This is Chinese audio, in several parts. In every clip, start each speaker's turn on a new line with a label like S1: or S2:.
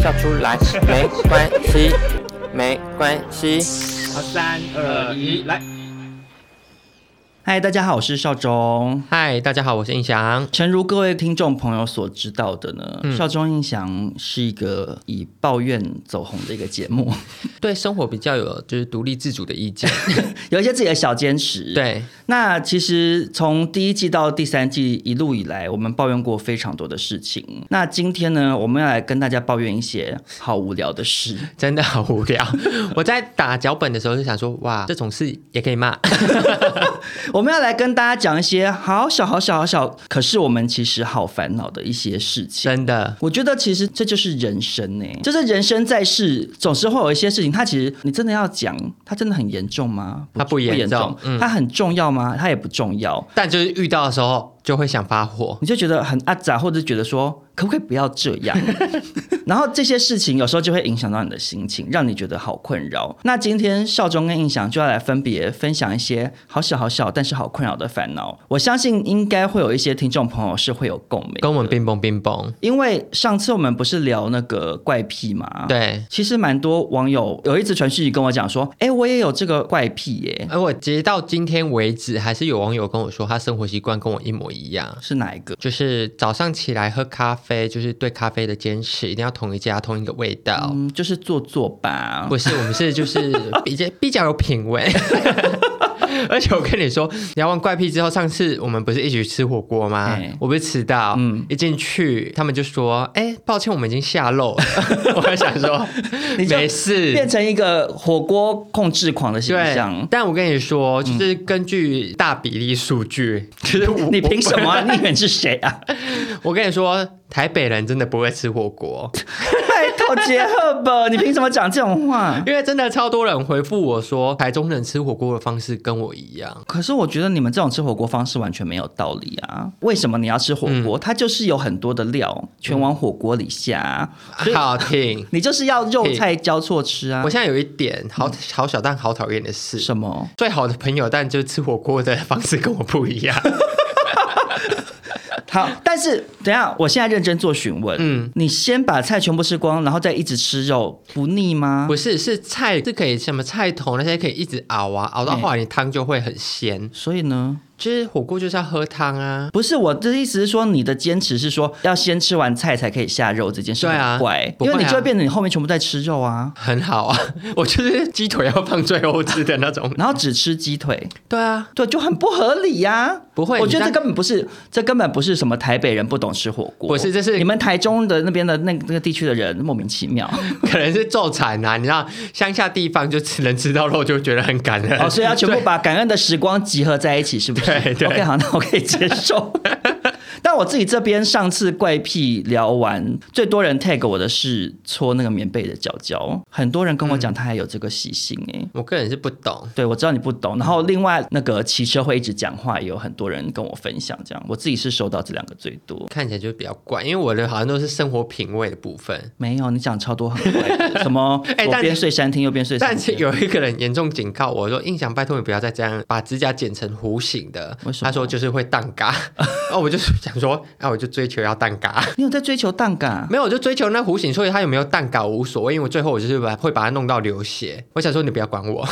S1: 笑出来没关系， 没关系。
S2: 好，三二一，来。嗨，大家好，我是邵忠。
S3: 嗨，大家好，我是印翔。
S2: 诚如各位听众朋友所知道的呢，邵忠印象是一个以抱怨走红的一个节目，
S3: 对生活比较有就是独立自主的意 见。
S2: 有一些自己的小坚持。，
S3: 对，
S2: 那其实从第一季到第三季一路以来，我们抱怨过非常多的事情。那今天呢，我们要来跟大家抱怨一些好无聊的事。
S3: 真的好无聊。 我在打脚本的时候就想说，哇，这种事也可以骂。
S2: 我们要来跟大家讲一些好小、好小、好小，可是我们其实好烦恼的一些事情。
S3: 真的，
S2: 我觉得其实这就是人生呢、欸就是人生在世，总是会有一些事情，它其实你真的要讲，它真的很严重吗？
S3: 它不严
S2: 严
S3: 重
S2: 重，
S3: 嗯
S2: 它很重要吗？它也不重要，
S3: 但就是遇到的时候就会想发火。
S2: 你就觉得很阿杂，或者觉得说可不可以不要这 样？然后这些事情有时候就会影响到你的心情，让你觉得好困扰。那今天少中跟印象就要来分别分享一些好小好小，但是好困扰的烦恼。我相信应该会有一些听众朋友是会有共鸣，
S3: 跟我们冰崩冰崩，
S2: 因为上次我们不是聊那个怪癖嘛？。
S3: 对。
S2: 其实蛮多网友有一直传讯息跟我讲说，哎，我也有这个怪癖耶，
S3: 而我截到今天为止，还是有网友跟我说，他生活习惯跟我一模一样，
S2: 是哪一个？
S3: 就是早上起来喝咖啡，就是对咖啡的坚持，一定要同一家、同一个味道。
S2: 嗯，就是做作吧
S3: 不。是，我们是 就是比较比较有品味。 而且我跟你说，聊完怪癖之后，上次我们不是一起去吃火锅吗？
S2: 哎
S3: 我不是迟到，
S2: 嗯
S3: 一进去他们就说：“哎、抱歉，我们已经下漏 了。” 我还想说，
S2: 你就
S3: 没事，
S2: 变成一个火锅控制狂的形
S3: 对
S2: 象，。嗯
S3: 但我跟你说，就是根据大比例数据，就是我
S2: 你凭什么啊、你以为你是谁啊？
S3: 我跟你说，台北人真的不会吃火 锅，
S2: 拜托杰赫吧，你凭什么讲这种话？
S3: 因为真的超多人回复我说，台中人吃火锅的方式跟我一样。
S2: 可是我觉得你们这种吃火锅方式完全没有道理啊！为什么你要吃火锅？它就是有很多的料全往火锅里下啊、所以
S3: 好听，
S2: 你就是要肉菜交错吃啊
S3: 我！现在有一点好好小但好讨厌的事，
S2: 什么？
S3: 最好的朋友，但就是吃火锅的方式跟我不一样。
S2: 好，但是等一下，我现在认真做询问。嗯
S3: 嗯，
S2: 你先把菜全部吃光，然后再一直吃肉，不腻吗？
S3: 不是，是菜是可以什么菜头那些可以一直熬啊，熬到后来你汤就会很鲜。
S2: 所以呢，
S3: 就是火锅就是要喝汤啊，
S2: 不是我的意思是说，你的坚持是说要先吃完菜才可以下肉这件事
S3: 对啊
S2: 很怪，
S3: 不
S2: 因
S3: 会啊
S2: 为你就会变成你后面全部在吃肉啊，。
S3: 很好啊。 我就是鸡腿要放最后吃的那种
S2: 然后只吃鸡腿，
S3: 对啊，
S2: 对，就很不合理呀、
S3: 不会
S2: 我觉得
S3: 你
S2: 这
S3: 在
S2: 根本不是，这根本不是什么台北人不懂吃火锅，
S3: 不是这是
S2: 你们台中的那边的那那个地区的人莫名其妙，
S3: 可能是咒产啊，你知道乡下地方就只能吃到肉，就觉得很感人。
S2: 哦，所以要全部
S3: 对
S2: 把感恩的时光集合在一起，是不是？
S3: 对对
S2: OK，好，那我可以接 受。但我自己这边上次怪癖聊完，最多人 tag 我的是搓那个棉被的脚脚，很多人跟我讲他还有这个习性哎、
S3: 我个人是不懂。
S2: 对，我知道你不懂。然后另外那个骑车会一直讲话，也有很多人跟我分享，这样我自己是收到这两个最多。
S3: 看起来就比较怪，因为我的好像都是生活品味的部分，
S2: 没有，你讲超多很怪的，什么
S3: 哎
S2: 左
S3: 但
S2: 边睡山听，右边睡山
S3: 但
S2: 听
S3: 是。有一个人严重警告我说：“印象，拜托你不要再这样把指甲剪成弧形的。
S2: 为”什么
S3: 他说就是会蛋嘎。 哦，我就是想说，啊，我就追求要蛋嘎，
S2: 你有在追求蛋嘎？
S3: 没有，我就追求那弧形，所以他有没有蛋嘎无所谓，因为我最后我就是把会把它弄到流血。我想说你不要管我，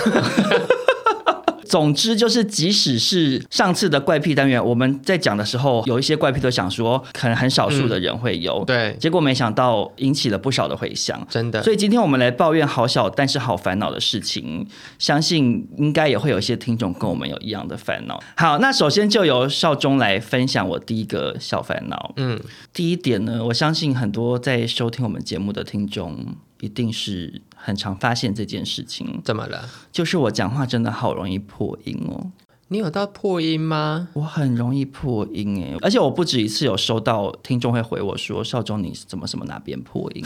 S2: 总之就是，即使是上次的怪癖单元，我们在讲的时候，有一些怪癖都想说，可能很少数的人会有，
S3: 嗯对，
S2: 结果没想到引起了不少的回响。
S3: 真的
S2: 所。以今天我们来抱怨好小但是好烦恼的事情，相信应该也会有一些听众跟我们有一样的烦恼。好，那首先就由少中来分享我第一个小烦恼。
S3: 嗯，
S2: 第一点呢，我相信很多在收听我们节目的听众一定是很常发现这件事情，
S3: 怎么了？
S2: 就是我讲话真的好容易破音哦。
S3: 你有到破音吗？
S2: 我很容易破音哎，而且我不止一次有收到听众会回我说：“少中，你怎么什么哪边 破音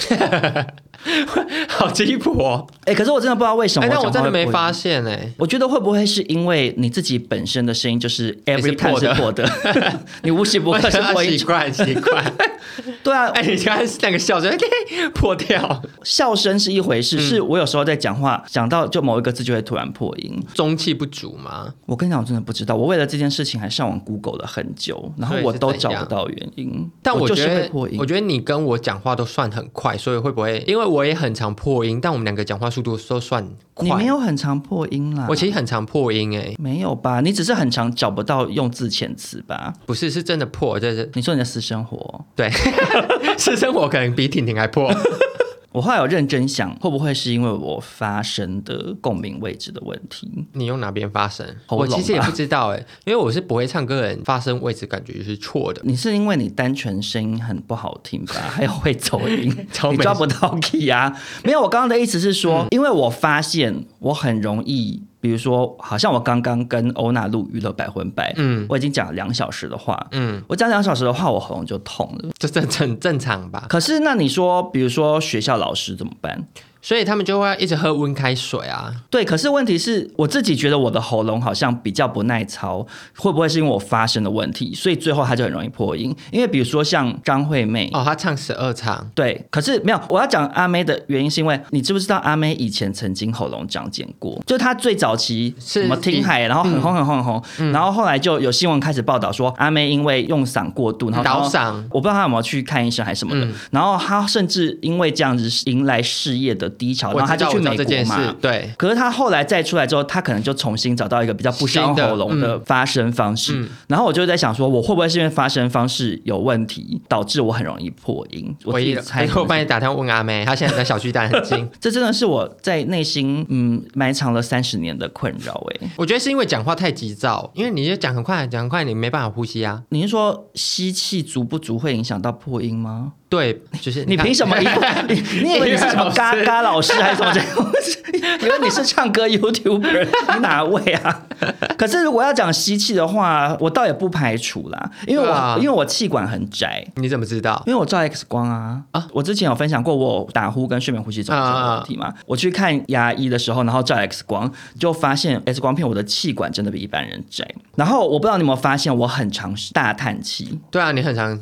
S3: 好鸡婆！？”哦
S2: 哎、可是我真的不知道为什么
S3: 哎，
S2: 我、
S3: 但我真的没发。现哎。
S2: 我觉得会不会是因为你自己本身的声音就是 every
S3: 是
S2: time
S3: 破
S2: 是
S3: 的啊
S2: 破的， 你无时不
S3: 我
S2: 刻
S3: 觉
S2: 是
S3: 得
S2: 破音
S3: 奇。怪奇怪，
S2: 对啊，
S3: 哎，你刚才是那个笑声，破掉，
S2: 笑声是一回事，
S3: 嗯
S2: 是我有时候在讲话讲到就某一个字就会突然破音。
S3: 中气不足吗？
S2: 我跟你讲，我真的不知道，我为了这件事情还上网 Google 了很久，然后
S3: 所以
S2: 我
S3: 是
S2: 都
S3: 怎
S2: 找不
S3: 样
S2: 到原因。
S3: 但
S2: 我
S3: 我
S2: 就
S3: 觉
S2: 是会
S3: 得，
S2: 破音。
S3: 我觉得你跟我讲话都算很快，所以会不会？因为我也很常破音，但我们两个讲话速度都算快。
S2: 你没有啊很常破音啦。
S3: 我其实很常破音哎、
S2: 没有吧？你只是很常找不到用字遣词吧？
S3: 不是是真的破，这是
S2: 你说你的私生活，
S3: 对， 私生活可能比婷婷还 破。
S2: 我后来有认真想，会不会是因为我发声的共鸣位置的问题？
S3: 你用哪边发声？
S2: 喉
S3: 我
S2: 咙吧
S3: 其实也不知道哎、因为我是不会唱歌的人，发声位置感觉就是错的。
S2: 你是因为你单纯声音很不好听 吧？还有会走音
S3: 超，
S2: 你
S3: 没嗯
S2: 抓不到 key 啊？没有，我刚刚的意思是说，因为我发现我很容易。比如说，好像我刚刚跟欧娜录《娱乐百分百》，嗯
S3: 嗯，
S2: 我已经讲了两小时的话，
S3: 嗯，
S2: 我讲两小时的话，我喉咙就痛了。
S3: 这正正正常吧？
S2: 可是那你说，比如说学校老师怎么办？
S3: 所以他们就会一直喝温开水啊。
S2: 对，可是问题是我自己觉得我的喉咙好像比较不耐操，会不会是因为我发声的问题，所以最后它就很容易破音？因为比如说像张惠妹。
S3: 哦，他唱十二场，
S2: 对，可是没有，我要讲阿妹的原因是因为你知不知道阿妹以前曾经喉咙长茧过？就她最早期
S3: 是嗯
S2: 什么听海，然后很红很红很红，然后后来就有新闻开始报道说阿妹因为用嗓过度，然后
S3: 倒嗓
S2: 我不知道她有没有去看医生还是什么的，
S3: 嗯
S2: 然后她甚至因为这样子迎来事业的低潮，然
S3: 我
S2: 后她
S3: 知
S2: 就
S3: 道
S2: 去
S3: 我知道
S2: 美
S3: 这
S2: 国
S3: 件
S2: 嘛
S3: 事，，对。
S2: 可是他后来再出来之后，他可能就重新找到一个比较不伤
S3: 新的
S2: 喉咙的发声方式。
S3: 嗯嗯
S2: 然后我就在想说，我会不会是因为发声方式有问题，导致我很容易破音？我
S3: 唯
S2: 自
S3: 一
S2: 己
S3: 的，
S2: 猜
S3: 哎我
S2: 可能
S3: 帮
S2: 是。
S3: 你打电话问阿妹，她现在在小巨蛋很近。
S2: 这真的是我在内心嗯埋藏了三十年的困扰哎、
S3: 我觉得是因为讲话太急躁，因为你就讲很快，讲很快，你没办法呼吸啊。
S2: 你是说吸气足不足会影响到破音吗？
S3: 对，就是
S2: 你
S3: 看
S2: 凭什么一副？ 你你以为你是什么嘎嘎老师还是什么这种？ 你以为你是唱歌 YouTuber？你哪位啊？ 可是如果要讲吸气的话，我倒也不排除啦，因为我、
S3: 对啊
S2: 因为我气管很窄。
S3: 你怎么知道？
S2: 因为我照 X 光啊啊！我之前有分享过我打呼跟睡眠呼吸中止的问题嘛。我去看牙医的时候，然后照 X 光就发现 X 光片我的气管真的比一般人窄。然后我不知道你有没有发现，我很常大叹气，
S3: 对啊，你很常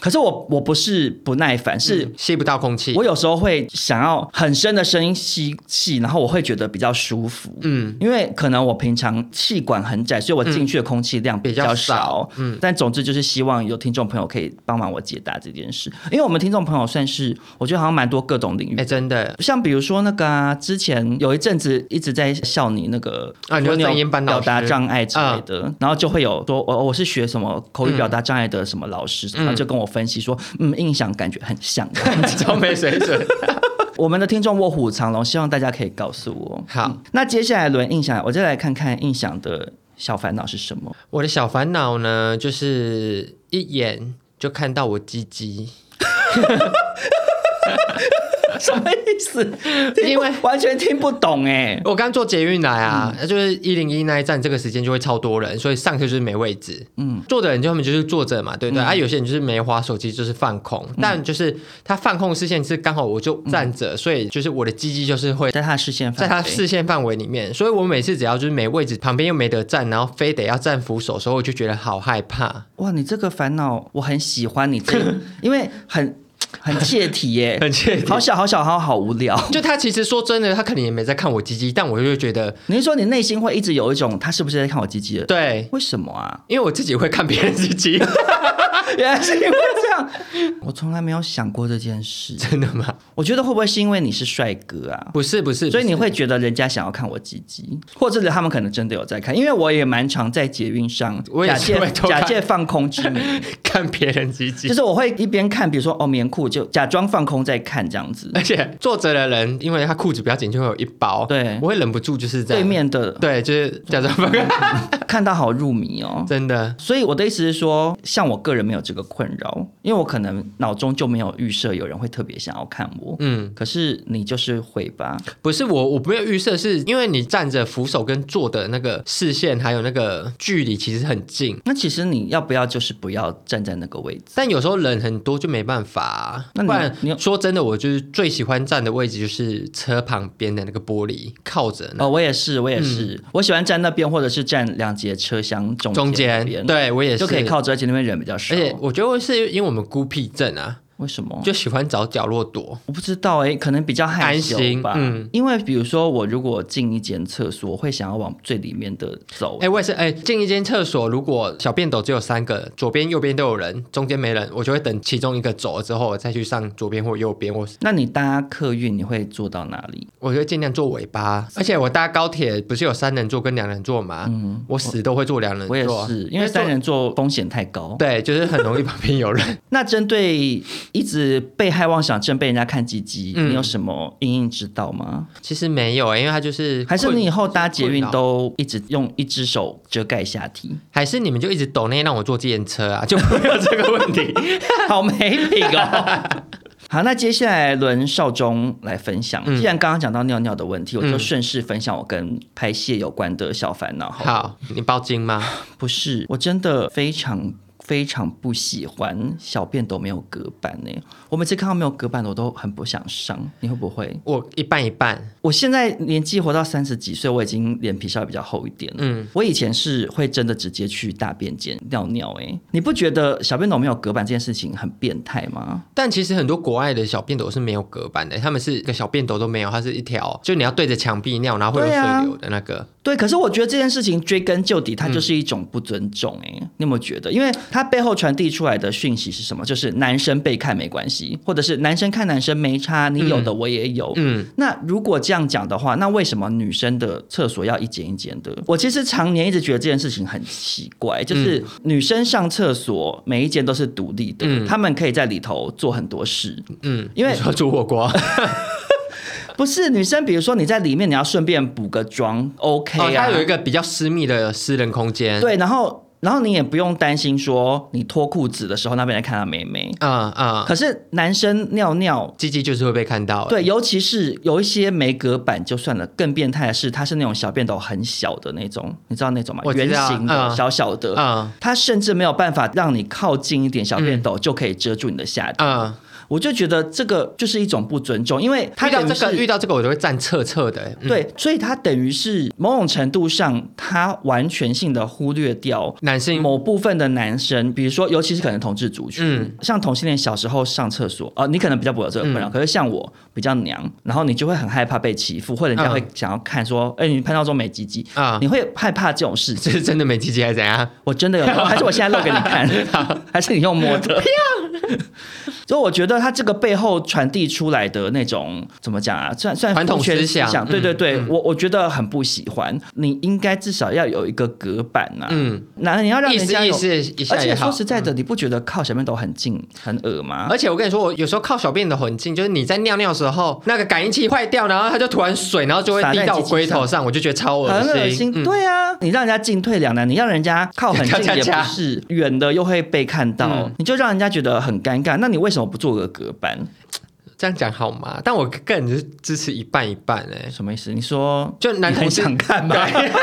S2: 可是我我不是不耐烦，是
S3: 吸不到空气。
S2: 我有时候会想要很深的声音吸气，然后我会觉得比较舒服。嗯，因为可能我平常气管很窄，所以我进去的空气量比较
S3: 比较
S2: 少。嗯，但总之就是希望有听众朋友可以帮忙我解答这件事，因为我们听众朋友算是我觉得好像蛮多各种领域
S3: 哎、。真 的
S2: 像比如说那个啊，之前有一阵子一直在笑你那个
S3: 啊你
S2: 说
S3: 说
S2: 你有
S3: 正音班老
S2: 表
S3: 师嗯
S2: 达障碍之类的，然后就会有说我我是学什么口语表达障碍的什么老师，
S3: 嗯
S2: 然后就跟我分析说，嗯，印象感觉很像。
S3: 超没水准。
S2: 我们的听众卧虎藏龙，希望大家可以告诉我。
S3: 好
S2: 嗯那接下来轮印象，我再来看看印象的小烦恼是什 么。
S3: 我的小烦恼呢，就是一眼就看到我鸡鸡，
S2: 什么意思？
S3: 因为
S2: 听不完全听不懂哎、
S3: 我刚坐捷运来啊，就是一零一那一站，这个时间就会超多人，所以上车就是没位置。嗯，坐的人就他们就是坐着嘛，对不对？啊，有些人就是没滑手机，就是放空。但就是他放空视线是刚好我就站着，所以就是我的鸡鸡就是会
S2: 在他的视线
S3: 在
S2: 范围，
S3: 他视线范围里面，所以我每次只要就是没位置，旁边又没得站，然后非得要站扶手的时候，我就觉得好害怕，
S2: 哇，你这个烦恼我很喜欢你这， 因为很 很切题耶、
S3: 很切题
S2: 好小好小好好无聊。
S3: 就他其实说真的，他可能也没在看我鸡鸡，但我就会觉得
S2: 你是说你内心会一直有一种他是不是在看我鸡鸡的？，
S3: 对，
S2: 为什么啊？
S3: 因为我自己会看别人鸡鸡，
S2: 原来是因为这样， 我从来没有想过这件事。
S3: 真的吗？
S2: 我觉得会不会是因为你是帅哥啊？
S3: 不是不是，
S2: 所以
S3: 不
S2: 你
S3: 是
S2: 会觉得人家想要看我鸡鸡，或者他们可能真的有在看，因为我也蛮常在捷运上
S3: 我也
S2: 假
S3: 是会
S2: 借
S3: 偷
S2: 假
S3: 看
S2: 借放空之名，
S3: 看别人鸡鸡
S2: 就，是我会一边看，比如说哦棉裤就假装放空在看这样 子。
S3: 而且坐着的人，因为他裤子比较紧，就会有一包。
S2: 对
S3: 我会忍不住就是这样。
S2: 对面的
S3: 对，就是假装放空
S2: 看到好入迷哦。
S3: 真的，
S2: 所以我的意思是说，像我个人没有这个困扰，因为我可能脑中就没有预设有人会特别想要看我。
S3: 嗯，
S2: 可是你就是会吧？
S3: 不是我，我没有预设，是因为你站着扶手跟坐的那个视线还有那个距离其实很近，
S2: 那其实你要不要就是不要站在那个位置？
S3: 但有时候人很多就没办法、啊
S2: 那你
S3: 不
S2: 你有
S3: 然说真的，我就是最喜欢站的位置就是车旁边的那个玻璃靠着那
S2: 哦，我也是，我也是，我喜欢站那边，或者是站两节车厢哦中
S3: 嗯中
S2: 间那
S3: 间，
S2: 边，，
S3: 对我也是
S2: 就可以。靠着，而且那边人比较少。
S3: 而且我觉得是因为我们孤僻症啊，
S2: 为什么？
S3: 就喜欢找角落躲。
S2: 我不知道哎、可能比较害羞吧。
S3: 安心嗯
S2: 因为比如说我如果进一间厕所，我会想要往最里面的走。
S3: 哎、我也是。哎、进一间厕所，如果小便斗只有三个，左边、右边都有人，中间没人，我就会等其中一个走了之后，我再去上左边或右边。我
S2: 那你搭客运你会坐到哪里？
S3: 我就会尽量坐尾巴。而且我搭高铁不是有三人座跟两人座嘛？我死都嗯会坐啊两人座。
S2: 嗯我也是，因为
S3: 坐
S2: 三人座风险太高。
S3: 对，就是很容易旁边有人。
S2: 那针对一直被害妄想症被人家看鸡鸡，
S3: 嗯
S2: 你有什么应应之道吗？
S3: 其实没有、欸因为他就是
S2: 还是
S3: 困
S2: 你以后搭捷运
S3: 困扰
S2: 都一直用一只手遮盖下体？
S3: 还是你们就一直抖内让我坐计程车啊，就 没有这个问题。
S2: 好没品哦。 好，那接下来轮少中来分享。既然刚刚讲到尿尿的问题，我就顺势分享我跟排泄有关的小烦恼。好了，
S3: 好，你包金吗？
S2: 不是，我真的非常非常不喜欢小便都没有隔板呢、我每次看到没有隔板的，我都很不想上。你会不会？
S3: 我一半一半。
S2: 我现在年纪活到三十几岁，我已经脸皮稍微比较厚一点了。嗯
S3: 嗯，
S2: 我以前是会真的直接去大便间尿尿、欸。哎，你不觉得小便斗没有隔板这件事情很变态吗？
S3: 但其实很多国外的小便斗是没有隔板的，他们是一个小便斗都没有，它是一条，就你要对着墙壁尿，然后会有
S2: 对啊
S3: 水流的那个。
S2: 对，可是我觉得这件事情追根究底，它就是一种不尊重、欸。哎、你有没有觉得？因为它背后传递出来的讯息是什么？就是男生被看没关系，或者是男生看男生没差，你有的我也有。
S3: 嗯，
S2: 那如果这样讲的话，那为什么女生的厕所要一间一间的？我其实常年一直觉得这件事情很奇怪，就是
S3: 嗯
S2: 女生上厕所每一间都是独立的，她们可以在里头做很多事。
S3: 嗯，啊
S2: 因为
S3: 你说煮火 锅，
S2: 不是女生，比如说你在里面，你要顺便补个妆，OK
S3: 哦，
S2: 啊？
S3: 它有一个比较私密的私人空间。，
S2: 对，然后然后你也不用担心说你脱裤子的时候那边在看到妹妹，
S3: 嗯嗯，哦
S2: 可是男生尿尿。
S3: 鸡鸡就是会被看到。，
S2: 对，尤其是有一些没隔板就算了，更变态的是，它是那种小便斗很小的那种，你知道那种吗？
S3: 我
S2: 圆
S3: 知道
S2: 形的、
S3: 嗯
S2: 小小的，
S3: 嗯
S2: 它甚至没有办法让你靠近一点小便
S3: 嗯
S2: 斗就可以遮住你的下体。
S3: 嗯，
S2: 我就觉得这个就是一种不尊重，因为它
S3: 遇到
S2: 等于
S3: 这个
S2: 是
S3: 遇到这个，我都会站侧侧的。嗯，
S2: 对，所以它等于是某种程度上，它完全性的忽略掉
S3: 男性
S2: 某部分的男生，比如说，尤其是可能同志族群，
S3: 嗯
S2: 像同性恋小时候上厕所，呃，你可能比较不会有这个困扰，可是像我比较娘，然后你就会很害怕被欺负，或者人家
S3: 嗯
S2: 会想要看说，哎、你拍照中没鸡鸡，
S3: 啊
S2: 你，会害怕这种事
S3: 这
S2: 情。
S3: 是 真的没鸡鸡还是怎样？
S2: 我真的 有，还是我现在露给你看，还是你用摸的？所以我觉得他这个背后传递出来的那种怎么讲啊？算算
S3: 传统
S2: 父权
S3: 思
S2: 思
S3: 想
S2: 对对
S3: 嗯
S2: 对，
S3: 嗯
S2: 我我觉得很不喜欢。你应该至少要有一个隔板呐、
S3: 嗯，
S2: 那你要让
S3: 意
S2: 人
S3: 思
S2: 家
S3: 意
S2: 有
S3: 思一
S2: 而
S3: 下也
S2: 且
S3: 好嗯
S2: 说。实在的，你不觉得靠小便斗很近很恶吗？
S3: 而且我跟你说，我有时候靠小便的很近，就是你在尿尿的时候，那个感应器坏掉，然后它就突然水，然后就会
S2: 洒在
S3: 滴到我
S2: 鸡鸡
S3: 龟头
S2: 上
S3: 上，我就觉得超恶
S2: 很恶心，
S3: 嗯
S2: 对啊，你让人家进退两难，你让人家靠很近
S3: 恰恰
S2: 也
S3: 恰
S2: 不是，远的又会被看到，
S3: 嗯
S2: 你就让人家觉得很尴尬。那你为什么不做个隔板？
S3: 这样讲好吗？但我个人就是支持一半一半哎、
S2: 什么意思？你说
S3: 就男
S2: 你
S3: 同
S2: 很
S3: 志
S2: 想看吗？
S3: 对啊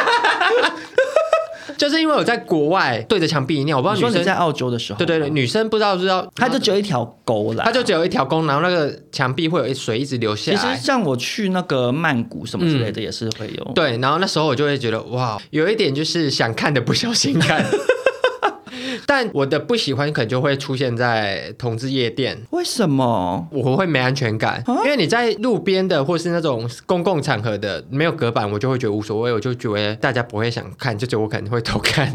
S3: 就是因为我在国外对着墙壁尿，我不
S2: 你
S3: 知道
S2: 说
S3: 女
S2: 你
S3: 生
S2: 在澳洲的时候，
S3: 对对对，，女生不知道不知道，
S2: 它就只有一条沟啦。
S3: 它就只有一条沟，然后那个墙壁会有一水一直流下
S2: 其实
S3: 来。嗯
S2: 像我去那个曼谷什么之类的，也是会有。
S3: 对，然后那时候我就会觉得哇，有一点就是想看的不小心看。 但我的不喜欢可能就会出现在同志夜店，
S2: 为什么？
S3: 我会没安全感，
S2: 啊
S3: 因为你在路边的或是那种公共场合的没有隔板，我就会觉得无所谓，我就觉得大家不会想看，就觉得我可能会偷看，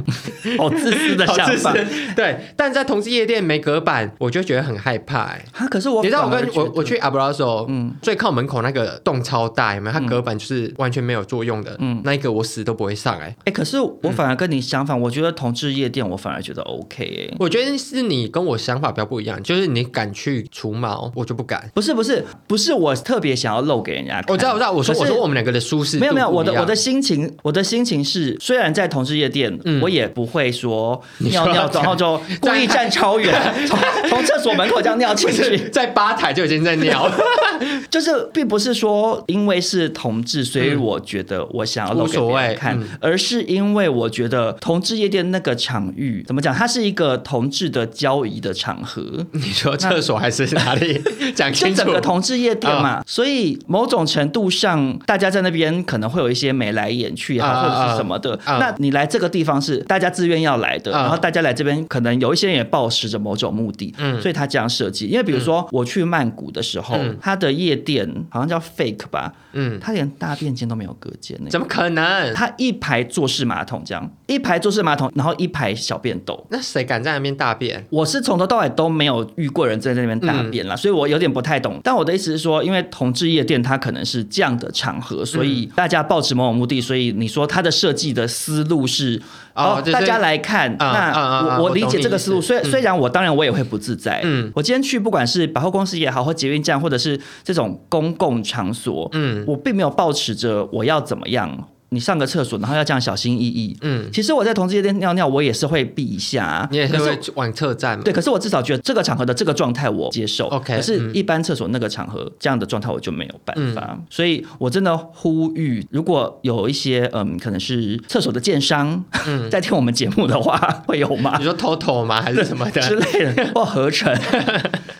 S2: 好自私的 想法
S3: 好自。私对，但在同志夜店没隔板，我就觉得很害怕、欸。
S2: 啊，可是我
S3: 你知道我
S2: 反而
S3: 跟我
S2: 觉得
S3: 我去 Abrazo，
S2: 嗯
S3: 嗯，最靠门口那个洞超大，有没有？它隔板就是完全没有作用的，
S2: 嗯
S3: 那一个我死都不会上哎、
S2: 哎、可是我反而跟你相反，我觉得同志夜店我反而觉得 OK 哎、
S3: 我觉得是你跟我想法比较不一样，就是你敢去除毛，我就不敢。
S2: 不是不是不是我特别想要露给人家看，
S3: 我知道，我知道，我说
S2: 可
S3: 我
S2: 是
S3: 说我们两个的舒适
S2: 没有没有，
S3: 度不
S2: 我
S3: 一
S2: 的
S3: 样
S2: 我的心情，我的心情是，虽然在同志夜店，
S3: 嗯
S2: 我也不会说
S3: 你
S2: 尿
S3: 说
S2: 尿，然 后就故意站超远，从从厕所门口这样尿进
S3: 不
S2: 去
S3: 是，在吧台就已经在尿了，
S2: 就是并不是说因为是同志，所以
S3: 嗯
S2: 我觉得我想要露
S3: 无
S2: 给
S3: 所
S2: 别
S3: 谓
S2: 人看
S3: 嗯，
S2: 而是因为我觉得同志夜店那个场域怎么讲，它是一个同志的交易的场合。
S3: 你说厕所还是哪里？ 讲
S2: 就
S3: 清
S2: 整
S3: 楚。
S2: 个同志夜店嘛，所以某种程度上，大家在那边可能会有一些眉来眼去啊，
S3: 啊
S2: 或者是什么的。
S3: 啊啊
S2: 那你来这个地方是大家自愿要来的，
S3: 啊
S2: 然后大家来这边可能有一些人也抱持着某种目的，
S3: 嗯
S2: 所以他这样设计。因为比如说我去曼谷的时候
S3: 嗯，
S2: 他的夜店好像叫 Fake 吧，
S3: 嗯，
S2: 他连大便间都没有隔间呢，
S3: 怎
S2: 么？
S3: 么可能？
S2: 他一排坐式马桶这样，一排坐式马桶，然后一排小便斗。
S3: 那谁敢在那边大便？
S2: 我是从头到尾都没有遇过人在那边大便啦，
S3: 嗯
S2: 所以我有点不太懂。但我的意思是说，因为同志夜店它可能是这样的场合，所
S3: 嗯
S2: 以大家抱持某种目的，所以你说它的设计的思路是
S3: 哦就是
S2: 大家来看，
S3: 啊
S2: 那我、
S3: 啊啊啊
S2: 我
S3: 我
S2: 理
S3: 懂
S2: 解
S3: 你
S2: 这个
S3: 意
S2: 思路。
S3: 思
S2: 虽、
S3: 嗯
S2: 虽然我当然我也会不自在，
S3: 嗯
S2: 我今天去不管是百货公司也好，或捷运站，或者是这种公共场所，
S3: 嗯
S2: 我并没有抱持着我要怎么样。你上个厕所，然后要这样小心翼翼。
S3: 嗯
S2: 其实我在同志夜店尿尿，我也是会避一下啊、
S3: 你也是
S2: 可
S3: 会往厕站吗？
S2: 对，可是我至少觉得这个场合的这个状态我接受。
S3: OK，
S2: 可是
S3: 嗯
S2: 一般厕所那个场合这样的状态我就没有办法，所以我真的呼吁，如果有一些嗯，可能是厕所的建商、 在听我们节目的话，会有吗
S3: 你？说偷偷吗？还是什么
S2: 之
S3: 的？
S2: 类的或合 成，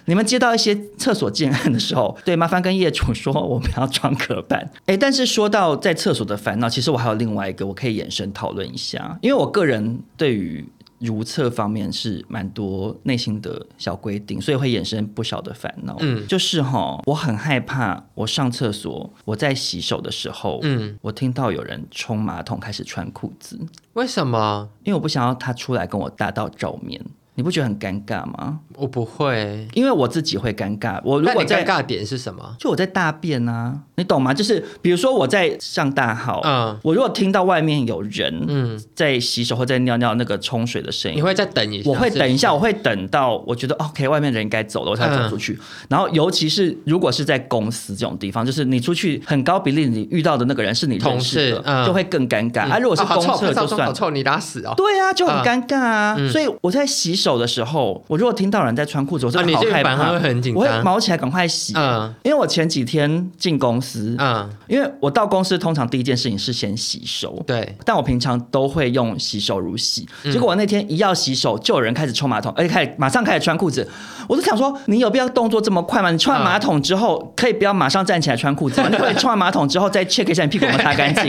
S2: 你们接到一些厕所建案的时候，对，麻烦跟业主说我们要装隔板。哎，但是说到在厕所的烦恼，其实我还有另外一个，我可以延伸讨论一下，因为我个人对于。如厕方面是蛮多内心的小规定，所以会衍生不少的烦恼。嗯，
S3: 嗯
S2: 就是哈，我很害怕我上厕所，我在洗手的时候，嗯
S3: 嗯，
S2: 我听到有人冲马桶开始穿裤子，
S3: 为什么？
S2: 因为我不想要他出来跟我大到照面，你不觉得很尴尬吗？
S3: 我不会。
S2: 因为我自己会尴尬，我如
S3: 那
S2: 果
S3: 你
S2: 在
S3: 尴尬的点是什么？
S2: 就我在大便啊，你懂吗？就是比如说我在上大号，
S3: 嗯
S2: 我如果听到外面有人
S3: 嗯，
S2: 在洗手或在尿尿那个冲水的声
S3: 你
S2: 音。
S3: 会再等一下？
S2: 我会等一下，
S3: 是嗯
S2: 我会等到我觉得哦 OK，外面的人该走了，我才走出去。然后，尤其是如果是在公司这种地方，就是你出去很高比例，你遇到的那个人是你认识的，
S3: 同事嗯
S2: 就会更尴尬。
S3: 不是
S2: 啊，如果是
S3: 哦好
S2: 公
S3: 臭
S2: 厕
S3: 好
S2: 就
S3: 臭
S2: 算
S3: 好
S2: 了，
S3: 臭，你拉屎哦。
S2: 对啊，就很
S3: 啊
S2: 尴尬啊。
S3: 嗯
S2: 所以我在洗手的时候，我如果听到有人在穿裤子，我真
S3: 啊
S2: 的
S3: 你
S2: 好
S3: 这个
S2: 害怕，
S3: 反而会很紧张
S2: 我会毛起来赶快洗。
S3: 嗯
S2: 因为我前几天进公司，
S3: 嗯，
S2: 因为我到公司通常第一件事情是先洗手。
S3: 对，
S2: 但我平常都会用洗手乳洗，
S3: 嗯
S2: 结果我那天一要洗手，就有人开始冲马桶，而且开始马上开始穿裤子。我就想说，你有必要动作这么快吗？你冲完马桶之后，可以不要马上站起来穿裤 子吗？你可以冲完马桶之后再 check 一下你屁股有没有擦干净，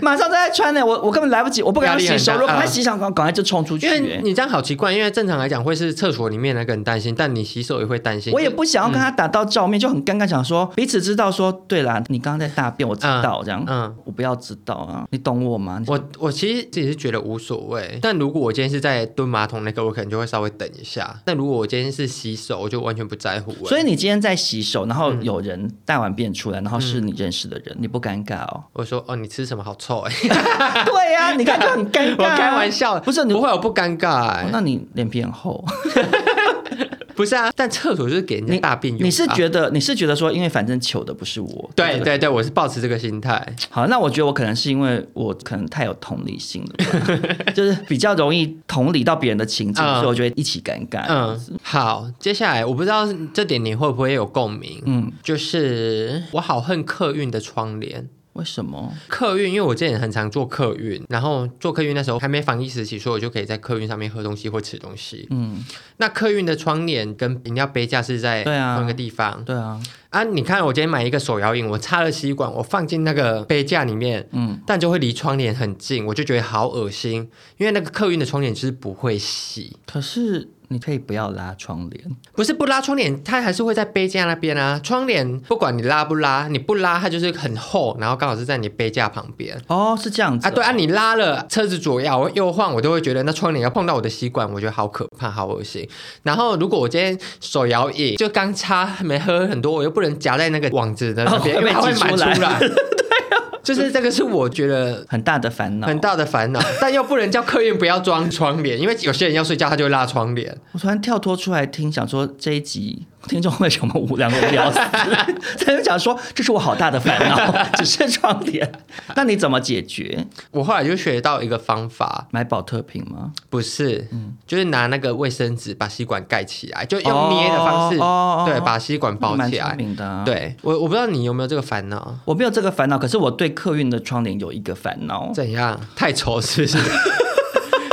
S2: 马上再穿呢、我我根本来不及，我不敢洗手，
S3: 压力很大
S2: 如果赶快洗手，赶快就冲出去、
S3: 因为
S2: 欸。
S3: 你这样好奇怪，因为正常来讲会是厕所里面那个人担心，但你洗手也会担心。
S2: 我也不想要跟他打到照面，就很尴尬，想说彼此知道说，对啦，你刚刚在大便，我知道、这样，
S3: 嗯
S2: 我不要知道啊，你懂我吗？你
S3: 我我其实自己是觉得无所谓，但如果我今天是在蹲马桶那个，我可能就会稍微等一下。但如果我今天是洗手，我就完全不在乎、欸。
S2: 所以你今天在洗手，然后有人大完便出来，然后是你认识的人，你不尴尬哦？
S3: 我说哦，你吃什么好臭哎、
S2: 对呀、你看就很尴尬、啊
S3: 我开玩笑的，
S2: 不是你
S3: 不会，啊我不尴尬、
S2: 哦
S3: 欸
S2: 那你脸皮很厚，
S3: 不是啊，但厕所就是给人家
S2: 你
S3: 大便用的啊、
S2: 你是觉得你是觉得说，因为反正糗的不是我，
S3: 对
S2: 不
S3: 对对，我是抱持这个心态。
S2: 好，那我觉得我可能是因为我可能太有同理心了 吧，就是比较容易同理到别人的情境，
S3: 嗯
S2: 所以我就会一起尴尬。嗯
S3: 嗯，好，接下来我不知道这点你会不会有共鸣，
S2: 嗯，
S3: 就是我好恨客运的窗帘。
S2: 为什么？
S3: 客运，因为我之前很常坐客运，然后坐客运那时候还没防疫时期，所以我就可以在客运上面喝东西或吃东西。
S2: 嗯，
S3: 那客运的窗帘跟饮料杯架是在
S2: 对啊
S3: 同一个地方
S2: 对啊，
S3: 啊你看，我今天买一个手摇饮，我插了吸管，我放进那个杯架里面，
S2: 嗯，
S3: 但就会离窗帘很近，我就觉得好恶心，因为那个客运的窗帘就是不会洗，
S2: 可是你可以不要拉窗帘，
S3: 不是不拉窗帘，它还是会在杯架那边啊。窗帘不管你拉不拉，你不拉它就是很厚，然后刚好是在你杯架旁边。
S2: 哦，是这样子
S3: 啊，对啊，
S2: 哦
S3: 你拉了车子左摇右晃，我都会觉得那窗帘要碰到我的吸管，我觉得好可怕，好恶心。然后如果我今天手摇饮就 刚擦没喝很多，我又不能夹在那个网子的那边，
S2: 哦
S3: 因为它
S2: 会 被
S3: 会
S2: 挤
S3: 满
S2: 出
S3: 出
S2: 来
S3: 来。啊就是这个是我觉得
S2: 很大的烦恼。
S3: 很。大的烦恼，但又不能叫客运不要装窗帘，因为有些人要睡觉他就会拉窗帘。
S2: 我突然跳脱出来听，想说这一集听众会什么无聊无 聊死，他就想说这是我好大的烦恼， 只是窗 帘。那你怎么解决？
S3: 我后来就学到一个方法，
S2: 买保特瓶吗？
S3: 不是，
S2: 嗯
S3: 就是拿那个卫生纸把吸管盖起来，就用捏的方式，
S2: 哦哦哦
S3: 对，把吸管包
S2: 蛮
S3: 起
S2: 聪
S3: 来。
S2: 明的、啊。，
S3: 对我，我不知道你有没有这个烦恼，
S2: 我没有这个烦恼，可是我对客运的窗帘有一个烦恼。
S3: 怎样？太丑是 不是？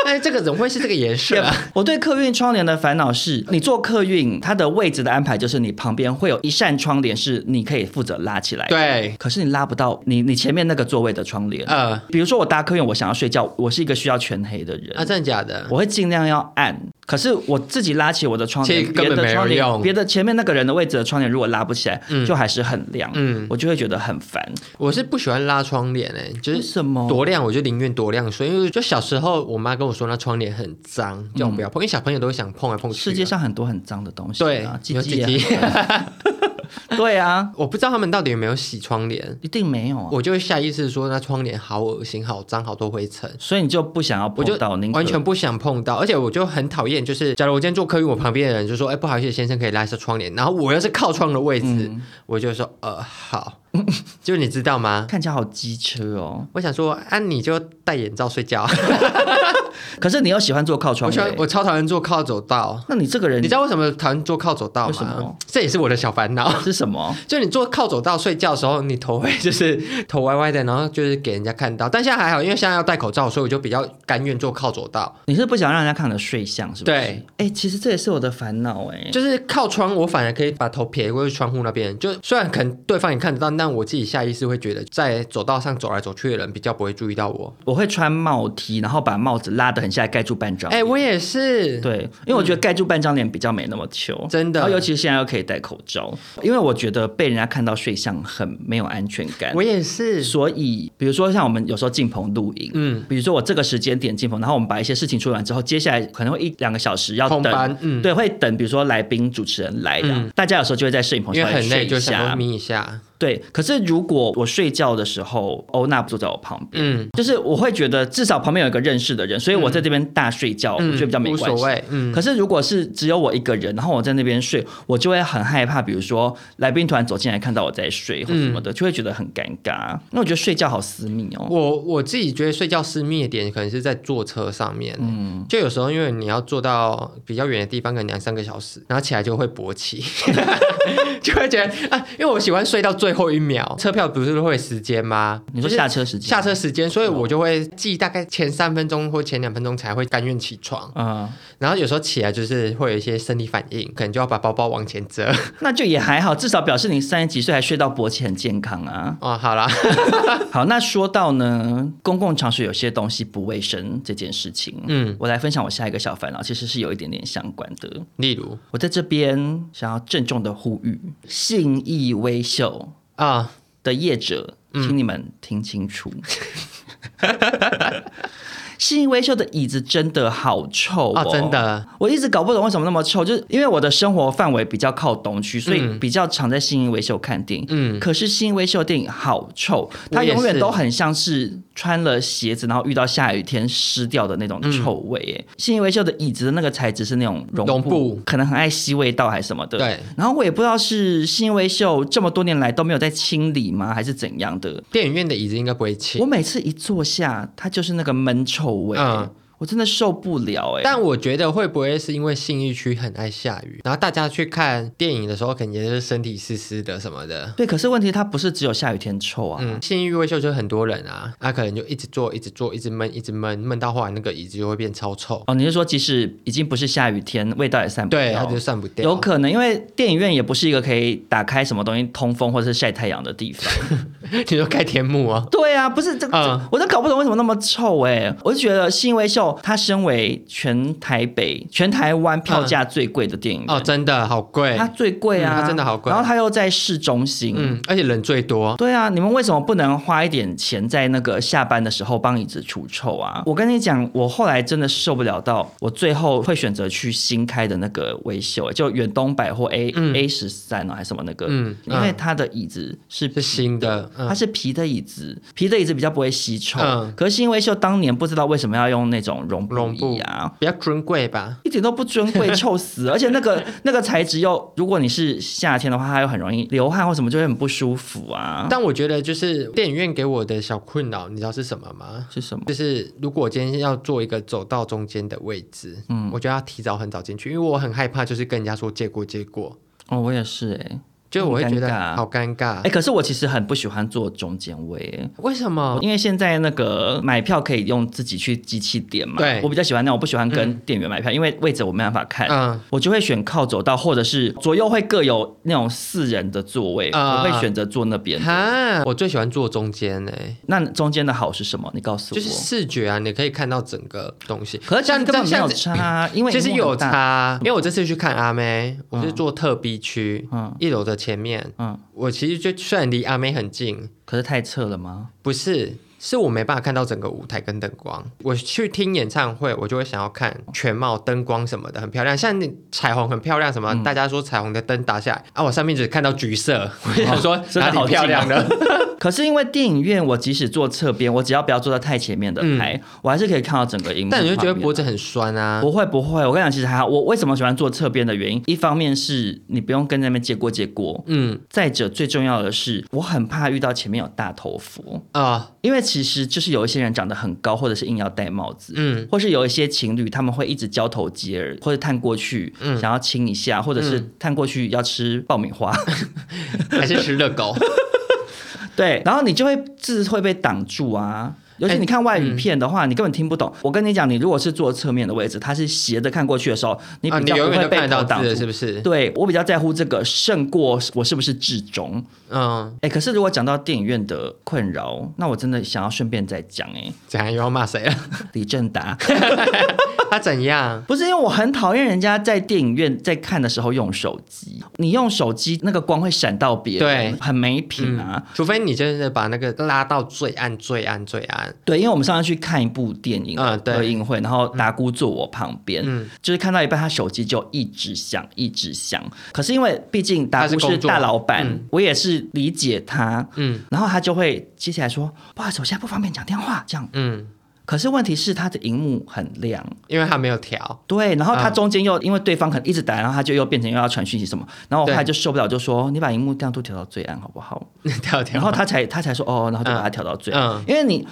S3: 哎，这个怎么会是这个颜色啊？
S2: 我对客运窗帘的烦恼是，你坐客运，它的位置的安排就是你旁边会有一扇窗帘是你可以负责拉起来的。
S3: 对，
S2: 可是你拉不到你你前面那个座位的窗帘。
S3: 呃，
S2: 比如说我搭客运，我想要睡觉，我是一个需要全黑的人，
S3: 啊，真的假的？
S2: 我会尽量要暗。可是我自己拉起我的窗帘
S3: 其，实根
S2: 别
S3: 本
S2: 的窗
S3: 没有
S2: 帘，
S3: 用
S2: 别的前面那个人的位置的窗帘如果拉不起来，
S3: 嗯
S2: 就还是很亮，
S3: 嗯
S2: 我就会觉得很烦。
S3: 我是不喜欢拉窗帘诶、欸就
S2: 为
S3: 是
S2: 什么？
S3: 多亮我就宁愿多亮睡，因为就小时候我妈跟我说那窗帘很脏，叫我不要碰，因为小朋友都会想碰来碰去啊。
S2: 嗯世界上很多很脏的东西、
S3: 对
S2: 啊，鸡
S3: 有
S2: 鸡
S3: 姐
S2: 也
S3: 姐，
S2: 很 对啊，
S3: 我不知道他们到底有没有洗窗帘，
S2: 一定没有啊。
S3: 我就会下意识说那窗帘好恶心、好脏、好多灰尘。
S2: 所以你就不想要
S3: 我就
S2: 碰到，宁可
S3: 完全不想碰到，而且我就很讨厌，就是假如我今天坐客运，我旁边的人就说：“哎、不好意思，先生，可以拉一下窗帘。”然后我要是靠窗的位置，
S2: 嗯
S3: 我就说：“呃，好。” 就你知道吗？
S2: 看起来好机车哦。
S3: 我想说，啊，你就戴眼罩睡 觉。
S2: 可是你又喜欢坐靠窗
S3: 我喜欢，
S2: 帘，
S3: 我超讨厌坐靠走道。
S2: 那你这个人
S3: 你知道为什么讨厌坐靠走道
S2: 为什么
S3: 吗？这也是我的小烦恼。
S2: 是什么？
S3: 就你坐靠走道睡觉的时候，你头会就是 头歪歪的，然后就是给人家看到。但现在还好，因为现在要戴口罩，所以我就比较甘愿坐靠走道。
S2: 你是不想让人家看你的睡相，是不是？
S3: 对，
S2: 哎、其实这也是我的烦恼哎。
S3: 就是靠窗，我反而可以把头撇过去窗户那边。就虽然可能对方也看得到，但我自己下意识会觉得，在走道上走来走去的人比较不会注意到我。
S2: 我会穿帽 T，然后把帽子拉得很下来，盖住半张。
S3: 哎、我也是。
S2: 嗯对，因为我觉得盖住半张脸比较没那么糗，
S3: 嗯真的
S2: 然后尤其是现在又可以戴口罩，因为我觉得被人家看到睡相很没有安全感
S3: 我。也是。
S2: 所以，比如说像我们有时候进棚录影，
S3: 嗯，
S2: 比如说我这个时间点进棚，然后我们把一些事情处理完之后，接下来可能会一两个小时要
S3: 空班
S2: 等，
S3: 嗯
S2: 对，会等，比如说来宾、主持人来的，
S3: 嗯
S2: 大家有时候就会在摄影棚
S3: 因为
S2: 稍微
S3: 很累，
S2: 睡
S3: 就
S2: 一
S3: 想
S2: 下
S3: 要，眯一下。
S2: 对。可是如果我睡觉的时候，欧娜不坐在我旁边。
S3: 嗯，
S2: 就是我会觉得至少旁边有一个认识的人，所以我在这边大睡觉，
S3: 嗯
S2: 哦我觉得比较没
S3: 无
S2: 关
S3: 所
S2: 系。
S3: 谓。嗯，
S2: 可是如果是只有我一个人，然后我在那边睡，我就会很害怕，比如说来宾突然走进来看到我在睡或什么的，就会觉得很尴尬。那我觉得睡觉好私密哦。
S3: 我我自己觉得睡觉私密的点，可能是在坐车上面、嗯，就有时候因为你要坐到比较远的地方，可能两三个小时，然后起来就会勃起， 就会觉得啊，因为我喜欢睡到最后一秒，车票不是会有时间吗？
S2: 你说
S3: 就是
S2: 下车时间？
S3: 下车时间，所以我就会记大概前三分钟或前两分钟才会甘愿起床，
S2: 嗯，
S3: 然后有时候起来就是会有一些生理反应，可能就要把包包往前折。
S2: 那就也还好，至少表示你三十几岁还睡到勃起很健康啊。
S3: 哦，好啦， 嗯
S2: 好，那说到呢，公共场所有些东西不卫生这件事情，
S3: 嗯，
S2: 我来分享我下一个小烦恼，其实是有一点点相关的。
S3: 例如
S2: 我在这边想要郑重的呼吁，信义微秀
S3: 啊，
S2: 的业者，
S3: 嗯
S2: 请你们听清楚。 信义微秀的椅子真的好臭哦
S3: 啊真的，
S2: 我一直搞不懂为什么那么臭，就是因为我的生活范围比较靠东区，所以
S3: 嗯
S2: 比较常在信义微秀看电影。
S3: 嗯
S2: 可是信义微秀的电影好臭，
S3: 我
S2: 它
S3: 也是
S2: 永远都很像是穿了鞋子，然后遇到下雨天湿掉的那
S3: 嗯
S2: 种臭味。哎、信义微秀的椅子的那个材质是那种绒
S3: 绒布
S2: 可能很爱吸味道还是什么的。
S3: 对。
S2: 然后我也不知道是信义微秀这么多年来都没有在清理吗，还是怎样的。
S3: 电影院的椅子应该不会起
S2: 我。每次一坐下，它就是那个闷臭味。
S3: 嗯
S2: 我真的受不了哎、
S3: 但我觉得会不会是因为信义区很爱下雨，然后大家去看电影的时候，肯定就是身体湿湿的什么的。
S2: 对，可是问题它不是只有下雨天臭啊，
S3: 嗯，信义微秀就是很多人啊，他、可能就一直坐，一直坐，一直闷，一直闷，闷到后来那个椅子就会变超臭，
S2: 哦，你是说即使已经不是下雨天，味道也散不
S3: 对，
S2: 掉？
S3: 它就散不掉。
S2: 哦有可能，因为电影院也不是一个可以打开什么东西通风或者是晒太阳的地 方。
S3: 你说开天幕哦，
S2: 对啊，不是这个、
S3: 嗯
S2: 欸我都搞不懂为什么那么臭哎、我就觉得信威秀后，它身为全台北、全台湾票价最贵的电影
S3: 哦，
S2: 院，
S3: 真的好贵
S2: 它，最贵
S3: 嗯
S2: 啊，
S3: 它真的好贵
S2: 然后它又在市中心，
S3: 嗯，而且人最多，
S2: 对啊，你们为什么不能花一点钱在那个下班的时候帮椅子除臭啊？我跟你讲，我后来真的受不了到，我最后会选择去新开的那个维修，就远东百货 A、
S3: 嗯
S2: A 十三哦，还是什么那个，
S3: 嗯
S2: 因为它的椅子是
S3: 是新的，
S2: 它
S3: 嗯，
S2: 是皮的椅子，皮的椅子比较不会吸臭。
S3: 嗯
S2: 可是因为秀当年不知道为什么要用那种绒
S3: 绒
S2: 布椅啊。
S3: 比较尊贵吧，
S2: 一点都不尊 贵，臭死！而且那个那个材质又，如果你是夏天的话，它又很容易流汗或什么，就会很不舒服啊。
S3: 但我觉得就是电影院给我的小困扰，你知道是什么吗？
S2: 是什么？
S3: 就是如果我今天要做一个走到中间的位置，嗯，我就要提早很早进去，因为我很害怕，就是跟人家说借过借过，
S2: 哦，我也是哎、
S3: 就我会觉
S2: 很尴尬
S3: 得好尴尬。
S2: 哎、可是我其实很不喜欢坐中间位、
S3: 为什么？
S2: 因为现在那个买票可以用自己去机器点嘛。
S3: 对
S2: 我比较喜欢那种，我不喜欢跟店员买票，因为位置我没办法看。
S3: 嗯
S2: 我就会选靠走道，或者是左右会各有那种四人的座位，
S3: 啊
S2: 我会选择坐那边。
S3: 哈，我最喜欢坐中间呢、欸
S2: 那中间的好是什么？你告诉我。
S3: 就是视觉啊，你可以看到整个东西。
S2: 可是这样
S3: 像
S2: 根本没有
S3: 像
S2: 差 啊，因为
S3: 其实
S2: 荧幕
S3: 有
S2: 很大。
S3: 差，因为我这次去看阿妹，我是坐特 B 区，
S2: 嗯
S3: 一楼的前面，
S2: 嗯，
S3: 我其实就虽然离阿妹很近，
S2: 可是太侧了吗？
S3: 不是，是我没办法看到整个舞台跟灯光。我去听演唱会，我就会想要看全貌、灯光什么的，很漂亮。像你彩虹很漂亮，什么、
S2: 嗯
S3: 大家说彩虹的灯打下来啊，我上面只看到橘色， 我 就想说
S2: 哦真
S3: 哪
S2: 的好啊嗯
S3: 里漂亮了？
S2: 可是因为电影院，我即使坐侧边，我只要不要坐到太前面的台，我还是可以看到整个荧幕
S3: 嗯
S2: 画
S3: 但
S2: 面啊。
S3: 你就觉得脖子很酸啊。
S2: 不会不会，我跟你讲，其实还好。我为什么喜欢坐侧边的原因，一方面是你不用跟那边借过借过，
S3: 嗯
S2: 再者最重要的是，我很怕遇到前面有大头佛，
S3: 啊、
S2: 因为其实就是有一些人长得很高，或者是硬要戴帽子，
S3: 嗯，
S2: 或是有一些情侣他们会一直交头接耳，或者探过去、想要亲一下，或者是
S3: 嗯
S2: 探过去要吃爆米花，
S3: 还是吃热狗。
S2: 对，然后你就会字会被挡住啊。尤其
S3: 哎
S2: 你看外语片的话，你根本听不懂。我跟你讲，你如果是坐侧面的位置，它是斜着看过去的时候， 你
S3: 啊，
S2: 比
S3: 你
S2: 较
S3: 永
S2: 不
S3: 远
S2: 会
S3: 都
S2: 被
S3: 看得
S2: 头
S3: 到
S2: 挡
S3: 字了，
S2: 住，
S3: 是不是？
S2: 对我比较在乎这个胜过我是不是至中。
S3: 嗯，
S2: 哎、可是如果讲到电影院的困扰，那我真的想要顺便再讲哎、
S3: 怎样又要骂谁了？啊
S2: 李正达
S3: 他怎样？
S2: 不是因为我很讨厌人家在电影院在看的时候用手机，你用手机那个光会闪到别人，
S3: 对
S2: 很没品啊。
S3: 嗯，除非你真的把那个拉到最暗、最暗、最暗。
S2: 对，因为我们上次去看一部电影
S3: 嗯对
S2: 的映会，然后达姑坐我旁边，
S3: 嗯
S2: 就是看到一半，他手机就一直响，一直响。可是因为毕竟达姑
S3: 他是
S2: 是
S3: 工作
S2: 大老板，
S3: 嗯
S2: 我也是理解他，
S3: 嗯
S2: 然后他就会接起来说：“不好意思，我现在不方便讲电话。”这样，
S3: 嗯，
S2: 可是问题是他的荧幕很亮，
S3: 因为他没有调。
S2: 对，然后他
S3: 嗯
S2: 中间又、因为对方可能一直打，然后他就又变成又要传讯息什么，然后我后来
S3: 对
S2: 就受不了，就说：“你把荧幕亮度调到最暗好不好？”
S3: 跳跳，
S2: 然后他才他才说哦，然后就把它调到最暗，
S3: 嗯
S2: 因为你。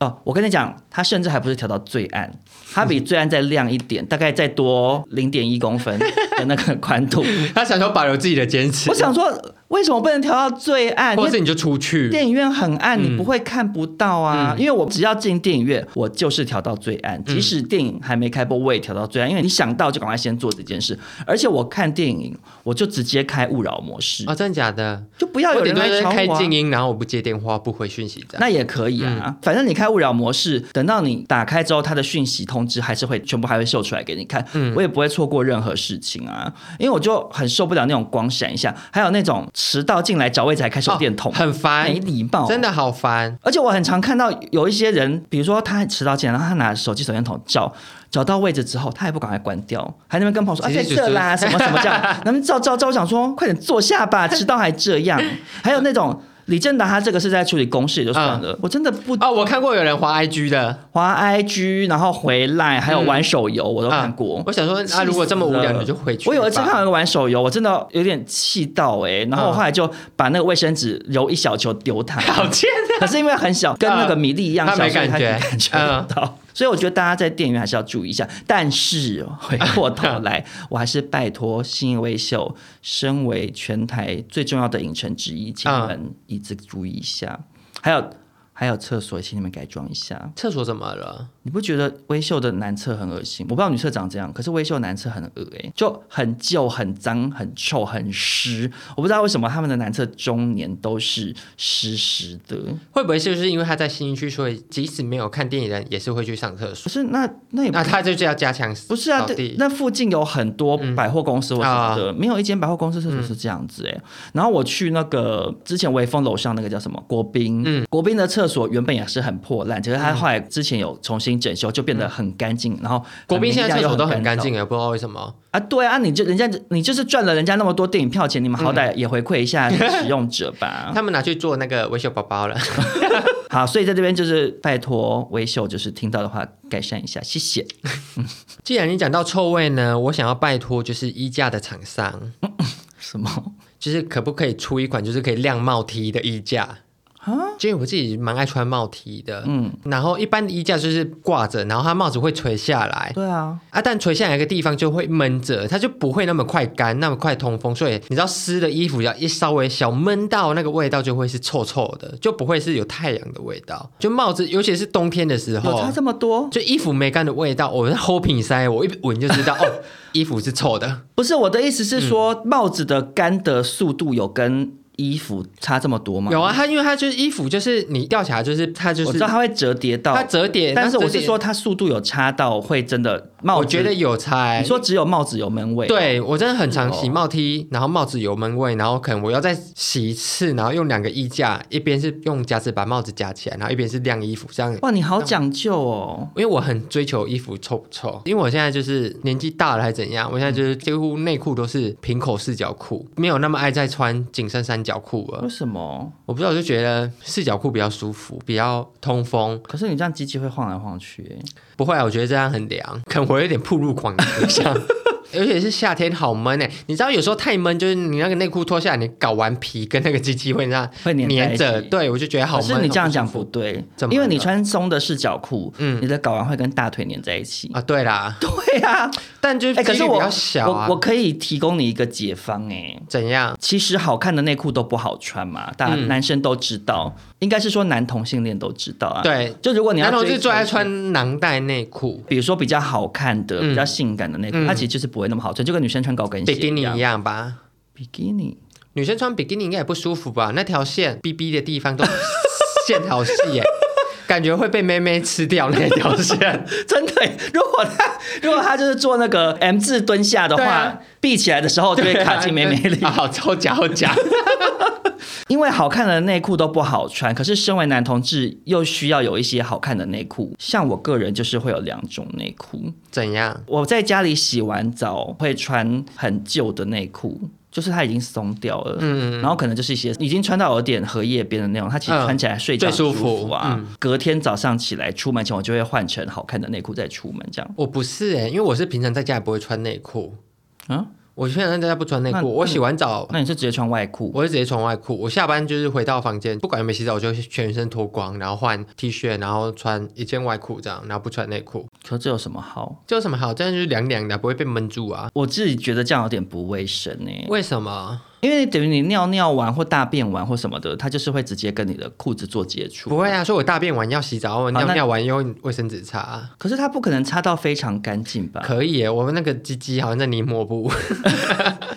S2: 哦，我跟你讲，它甚至还不是调到最暗，它比最暗再亮一点，大概再多零点一公分的那个 宽度。
S3: 他想说保留自己的坚持，
S2: 我想说，为什么不能调到最暗？因
S3: 或
S2: 为
S3: 是嗯你就出去，
S2: 电影院很暗，你不会看不到
S3: 嗯
S2: 啊。因为我只要进电影院，我就是调到最暗，即使电影还没开播，我也调到最暗。因为你想到就赶快先做这件事。而且我看电影，我就直接开勿扰模式，
S3: 哦，真的假的？
S2: 就不要
S3: 我
S2: 有
S3: 顶
S2: 人
S3: 多就
S2: 来
S3: 是
S2: 吵我啊、
S3: 开静音，然后我不接电话，不回讯息这样。
S2: 那也可以啊，
S3: 嗯
S2: 反正你开勿扰模式，等到你打开之后，它的讯息通知还是会全部还会秀出来给你看，
S3: 嗯
S2: 我也不会错过任何事情啊，因为我就很受不了那种光闪一下，还有那种迟到进来找位置还开手电筒，
S3: 哦很烦
S2: 没礼貌，
S3: 真。的好烦。
S2: 而且我很常看到有一些人，比如说他迟到进来，然后他拿手机手电筒照，找到位置之后，他还不赶快关掉，还在那边跟朋友说啊
S3: 其
S2: 在
S3: 实
S2: 这啦，
S3: 就
S2: 什么什么这样，那边照照照，我想说快点坐下吧，迟到还这样。 还有那种李正达，他这个是在处理公事也就算了，我真的不
S3: 哦，我看过有人滑 IG 的，
S2: 滑 IG，然后回来还有玩手游，我都看过
S3: 嗯啊。我想说，那如果这么无聊，你就回去吧。
S2: 我有一次看到一个玩手游，我真的有点气到哎、欸，然
S3: 啊
S2: 后我后来就把那个卫生纸揉一小球丢 他，
S3: 好贱啊！
S2: 可是因为很小，跟那个米粒一样
S3: 嗯
S2: 小，
S3: 他没
S2: 所以
S3: 感觉嗯
S2: 感觉不到。所以我觉得大家在电影院还是要注意一下。但是回过头来，我还是拜托新一微秀，身为全台最重要的影城之一，请你们
S3: 嗯
S2: 椅子注意一下，还有还有厕所，请你们改装一下。
S3: 厕所怎么了？
S2: 你不觉得微秀的男厕很恶心？我不知道女厕长这样，可是微秀男厕很恶哎、就很旧、很脏、很臭、很湿。我不知道为什么他们的男厕终年都是湿湿的。
S3: 会不会是就是因为他在新一区，所以即使没有看电影的人也是会去上厕
S2: 不
S3: 所？
S2: 是那那也不
S3: 那他就是要加强
S2: 不是啊，
S3: 扫
S2: 对
S3: 地，
S2: 那附近有很多
S3: 嗯
S2: 百货公司或什么
S3: 啊
S2: 的，没有一间百货公司厕所是这样子哎、
S3: 嗯
S2: 然后我去那个之前微风楼上那个叫什么国宾，
S3: 嗯
S2: 国宾的厕所原本也是很破烂，结果他后来之前有重新整修，就变得很干净。然后
S3: 国嗯宾现在厕所都很干
S2: 明亮又
S3: 净也不知道为什么。
S2: 啊，对啊，你就人家你就是赚了人家那么多电影票钱，你们好歹也回馈一下使用者 吧。
S3: 他们拿去做那个维修包包了。
S2: 好，所以在这边就是拜托微秀，就是听到的话改善一下，谢谢。
S3: 既然你讲到臭味呢，我想要拜托就是衣架的厂商，
S2: 什么？
S3: 就是可不可以出一款就是可以晾帽 T 的衣架？因为我自己蛮爱穿帽 T 的，
S2: 啊嗯，
S3: 然后一般的衣架就是挂着，然后它帽子会垂下来
S2: 对啊，
S3: 啊，但垂下来一个地方就会闷着，它就不会那么快干，那么快通风，所以你知道湿的衣服只要一稍微小闷到，那个味道就会是臭臭的，就不会是有太阳的味道。就帽子，尤其是冬天的时候，
S2: 有差这么多？
S3: 就衣服没干的味道，我在后品塞，我一闻就知道 哦，衣服是臭的。
S2: 不是我的意思是
S3: 嗯
S2: 说，帽子的干的速度有跟衣服差这么多吗？
S3: 有啊，它因为它就是衣服，就是你吊起来，就是它就
S2: 我
S3: 是
S2: 知道它会折叠到，
S3: 它折叠，
S2: 但是
S3: 那
S2: 我
S3: 折叠
S2: 是说，它速度有差到会真的帽子。
S3: 我觉得有差。
S2: 你说只有帽子有啊闷味，，
S3: 对我真的很常洗帽 T，然后帽子有闷味，然后可能我要再洗一次，然后用两个衣架，一边是用夹子把帽子夹起来，然后一边是晾衣服，这样。
S2: 哇，你好讲究哦。
S3: 因为我很追求衣服臭不臭，因为我现在就是年纪大了还是怎样，我现在就是几乎内裤都是平口四角裤，没有那么爱再穿紧身三角裤了
S2: 为。什么？
S3: 我不知道，我就觉得四角裤比较舒服，比较通风。
S2: 可是你这样机器会晃来晃去，哎
S3: 不会啊，我觉得这样很凉。可能我有点暴露狂的倾 向，而且是夏天好闷哎、你知道有时候太闷，就是你那个内裤脱下来，你搞完皮跟那个鸡鸡会那样
S2: 会粘在一
S3: 粘
S2: 起
S3: 着，对我就觉得好
S2: 可
S3: 闷。哦
S2: 是你这样
S3: 好
S2: 讲
S3: 不舒服
S2: 不对
S3: 怎，么
S2: 因为你
S3: 了
S2: 穿松的四角裤，
S3: 嗯
S2: 你的睾丸会跟大腿粘在一起。
S3: 啊？对啦，
S2: 对啊，
S3: 但就是
S2: 哎，可
S3: 几
S2: 是
S3: 率比
S2: 我
S3: 较小啊。
S2: 我我可以提供你一个解方，哎，
S3: 怎样？
S2: 其实好看的内裤都不好穿嘛，大家
S3: 嗯
S2: 男生都知道，应该是说男同性恋都知道啊。，
S3: 对，
S2: 就如果你要
S3: 男同
S2: 追
S3: 志
S2: 求
S3: 最爱，穿囊袋内裤、
S2: 比如说比较好看的、
S3: 嗯
S2: 比较性感的内裤，
S3: 嗯
S2: 它其实就是不会那么好穿，就跟女生穿高跟鞋
S3: 比基尼
S2: 一
S3: 一
S2: 样。
S3: 样吧？
S2: 比基尼，
S3: 女生穿比基尼应该也不舒服吧？那条线 B B 的地方都 线好细耶、感觉会被妹妹吃掉那条线。
S2: 真的耶，如果他如果他就是做那个 M 字蹲下的
S3: 对
S2: 话
S3: 啊，
S2: 闭、起来的时候就会卡进妹妹里。
S3: 啊， 好抽夹好夹。
S2: 因为好看的内裤都不好穿，可是身为男同志又需要有一些好看的内裤。像我个人就是会有两种内裤，
S3: 怎样？
S2: 我在家里洗完澡会穿很旧的内裤，就是它已经松掉了，嗯，然后可能就是一些已经穿到有点荷叶边的那种，它其实
S3: 嗯
S2: 穿起来睡觉
S3: 最舒
S2: 服啊。
S3: 服嗯
S2: 隔天早上起来出门前，我就会换成好看的内裤再出门，这样。
S3: 我不是哎、因为我是平常在家也不会穿内裤。
S2: 啊，
S3: 我平常在家不穿内
S2: 那
S3: 裤，我洗完澡。
S2: 那你是直接穿外裤？
S3: 我就直接穿外裤，我下班就是回到房间，不管有没有洗澡，我就全身脱光，然后换 T 恤，然后穿一件外裤这样，然后不穿内裤，
S2: 可这有什么好？
S3: 这有什么好？这样就是凉凉的，不会被闷住啊？
S2: 我自己觉得这样有点不卫生呢、
S3: 为什么？
S2: 因为等于你尿尿完或大便完或什么的，它就是会直接跟你的裤子做接触。
S3: 不会啊，说我大便完要洗澡，我
S2: 啊那
S3: 尿尿完用卫生纸擦，
S2: 可是它不可能擦到非常干净吧？
S3: 可以耶。我们那个鸡鸡好像在泥抹布，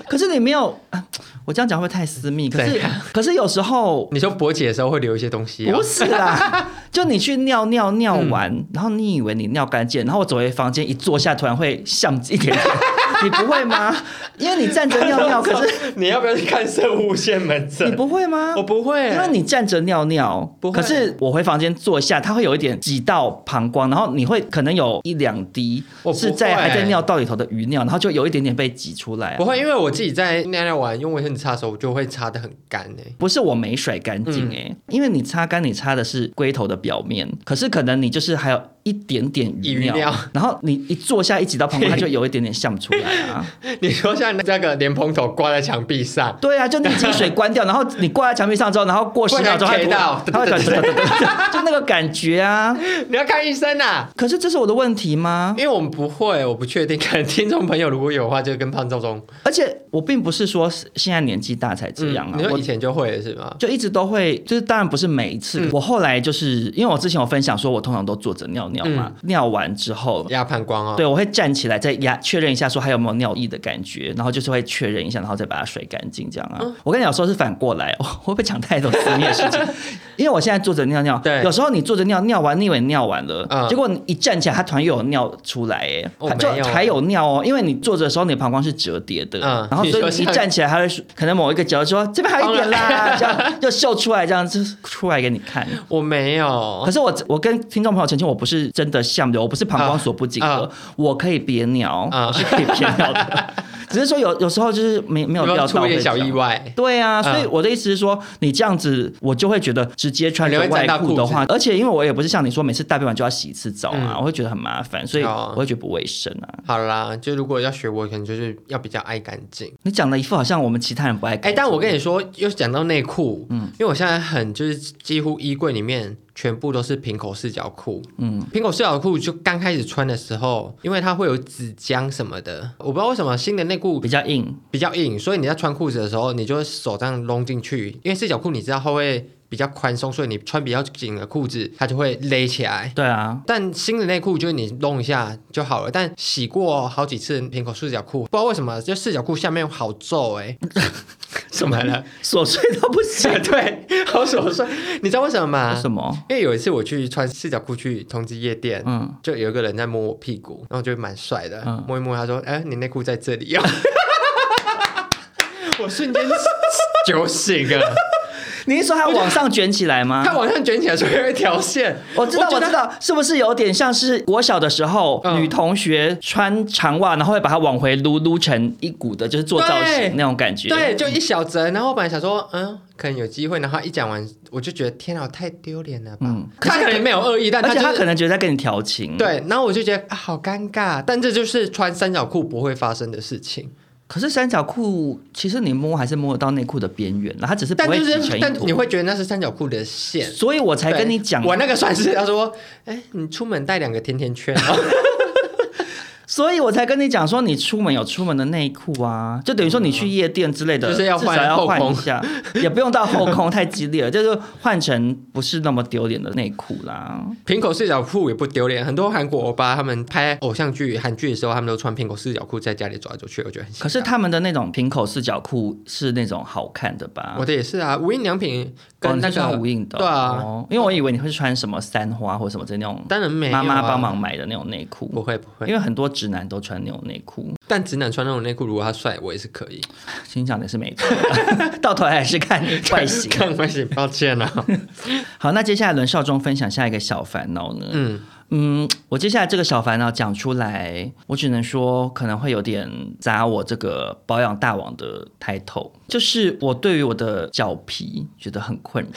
S2: 可是你没有， 啊我这样讲会不会太私密？可是
S3: 对啊
S2: 可是有 时候
S3: 你说勃起的时候会留一些东西、哦
S2: 不，是啦， 就你去尿尿尿完，
S3: 嗯
S2: 然后你以为你尿干净，然后我走回房间一坐下，突然会像一点点， 你不会吗？因为你站着尿 尿，可是
S3: 你要不要去看生物线门
S2: 你
S3: 诊？
S2: 不会吗？
S3: 我不会，
S2: 因为你站着尿尿，
S3: 不会
S2: 可是我回房间坐下，它会有一点挤到膀胱，然后你会可能有一两滴
S3: 我不会
S2: 是在还在尿道里头的余尿，然后就有一点点被挤出来、啊。
S3: 不会，因为我自己在尿尿完用卫生纸擦的时候，我就会擦的很干欸诶。
S2: 不是我没甩干净哎，因为你擦干，你擦的是龟头的表面，可是可能你就是还有一点点余尿，
S3: 余尿
S2: 然后你一坐下一挤到旁边，它就有一点点像出来啊。
S3: 你说像那个莲蓬头挂在墙壁上，
S2: 对啊，就你井水关掉，然后你挂在墙壁上之后，然后过十秒钟它
S3: 不然
S2: 它会
S3: 贴到
S2: 转，就那个感觉啊。
S3: 你要看医生啊。
S2: 可是这是我的问题吗
S3: 因？为我们不会，我不确定。可能听众朋友如果有的话，就跟潘兆忠。
S2: 而且我并不是说现在年纪大才这样啊，
S3: 嗯你说
S2: 我
S3: 以前就会了是吗？
S2: 就一直都会，就是当然不是每一次。我后来就是因为我之前有分享说，我通常都坐着尿尿嘛，尿完之后。
S3: 压膀胱啊，
S2: 对，我会站起来再压确认一下，说还有没有尿意的感觉，然后就是会确认一下，然后再把它水干净这样啊。
S3: 嗯
S2: 我跟你讲，有时候是反过来， 我会不会讲太多私密的事情？ 因为我现在坐着尿尿，
S3: 对
S2: 有时候你坐着尿尿完，你以为尿完了，
S3: 嗯
S2: 结果你一站起来，它突然又有尿出来，哎、
S3: 哦
S2: 它就
S3: 没有
S2: 还有尿哦，因为你坐着的时候，你的膀胱是折叠的，
S3: 嗯
S2: 然后所以
S3: 你说
S2: 你一
S3: 像
S2: 站起来，它会说可能某一个角说这边还有一点 啦，这样就秀出来，这样子出来给你看。
S3: 我没
S2: 可
S3: 有，
S2: 是我我跟听众朋友澄清，我不是真的像流，我不是膀胱所不及格，
S3: 啊啊
S2: 我可以憋尿，
S3: 啊
S2: 我是可以憋尿的， 只是说有有时候就是没没有
S3: 有没
S2: 料
S3: 有
S2: 到
S3: 出一点
S2: 会这
S3: 小
S2: 样
S3: 意。外？
S2: 对啊，所以
S3: 嗯
S2: 我的意思是说，你这样子，我就会觉得直接穿着
S3: 你会
S2: 外
S3: 沾到
S2: 裤的
S3: 裤子
S2: 话，而且因为我也不是像你说每次大便完就要洗一次澡啊，
S3: 嗯
S2: 我会觉得很麻烦，所以
S3: 哦
S2: 我会觉得不卫生啊。
S3: 好啦，就如果要学我，可能就是要比较爱干净。
S2: 你讲的一副好像我们其他人不爱干
S3: 哎、
S2: 净，
S3: 但我跟你说，又讲到内裤，嗯，因为我现在很就是几乎衣柜里面全部都是平口四角裤，嗯，平口四角裤就刚开始穿的时候，因为它会有纸浆什么的，我不知道为什么新的内裤
S2: 比较硬，
S3: 比较硬，所以你在穿裤子的时候，你就会手这样弄进去，因为四角裤你知道它会比较宽松，所以你穿比较紧的裤子，它就会勒起来。
S2: 对啊，
S3: 但新的内裤就是你弄一下就好了，但洗过好几次平口四角裤，不知道为什么就四角裤下面好皱 哎、怎么了？
S2: 琐碎到不行。
S3: 对，好琐碎。你知道为什么吗？
S2: 为什么？
S3: 因为有一次我去穿四角裤去同志夜店，
S2: 嗯，
S3: 就有一个人在摸我屁股，然后我觉得蛮帅的，
S2: 嗯
S3: 摸一摸，他说：“哎、你内裤在这 里哦。”我瞬间酒醒了，
S2: 你是说它往上卷起来吗？
S3: 他往上卷起来所以有一条线，
S2: 我知道，
S3: 觉
S2: 我
S3: 得
S2: 知道，是不是有点像是我小的时候，
S3: 嗯
S2: 女同学穿长袜，然后会把它往回撸撸成一股的，就是做造
S3: 对
S2: 型那种感觉。
S3: 对，就一小折。然后我本来想说，嗯，可能有机会。然后他一讲完，我就觉得天啊，我太丢脸了吧。
S2: 嗯
S3: 他可能没有恶意，但
S2: 而且
S3: 就
S2: 她
S3: 是
S2: 可能觉得在跟你调情。，
S3: 对。然后我就觉得啊，好尴尬。但这就是穿三角裤不会发生的事情。
S2: 可是三角裤其实你摸还是摸得到内裤的边缘了，它只是不
S3: 但
S2: 会
S3: 就
S2: 挤
S3: 是
S2: 成，
S3: 但
S2: 一
S3: 你
S2: 坨。
S3: 会觉得那是三角裤的线。
S2: 所以我才跟你讲
S3: 对，我那个算是他说，哎，你出门带两个甜甜圈哦。
S2: 所以我才跟你讲说，你出门有出门的内裤啊，就等于说你去夜店之类的，
S3: 嗯就是要
S2: 至
S3: 换
S2: 少要
S3: 后
S2: 换
S3: 空
S2: 一 下，也不用到后空太激烈了，就是换成不是那么丢脸的内裤啦。
S3: 平口四角裤也不丢脸，很多韩国欧巴他们拍偶像剧、韩剧的时候，他们都穿平口四角裤在家里走来走去，我觉得很。
S2: 可是他们的那种平口四角裤是那种好看的吧？哦
S3: 我的也是啊，无印良品跟那
S2: 哦你是
S3: 个
S2: 穿无印的哦，
S3: 对啊，
S2: 哦，因为我以为你会穿什么三花或什么的那种
S3: 当然没有啊
S2: 妈妈帮忙买的那种内裤，
S3: 不会不
S2: 因
S3: 会，
S2: 为很多直男都穿那种内裤，
S3: 但直男穿那种内裤，如果他帅，我也是可以。
S2: 心想的是没错的， 到头来还是看外 形。
S3: 看外形，抱歉 啊。
S2: 好，那接下来轮少中分享下一个小烦恼呢？
S3: 嗯，
S2: 嗯，我接下来这个小烦恼讲出来，我只能说可能会有点砸我这个保养大王的 title，就是我对于我的脚皮觉得很困扰。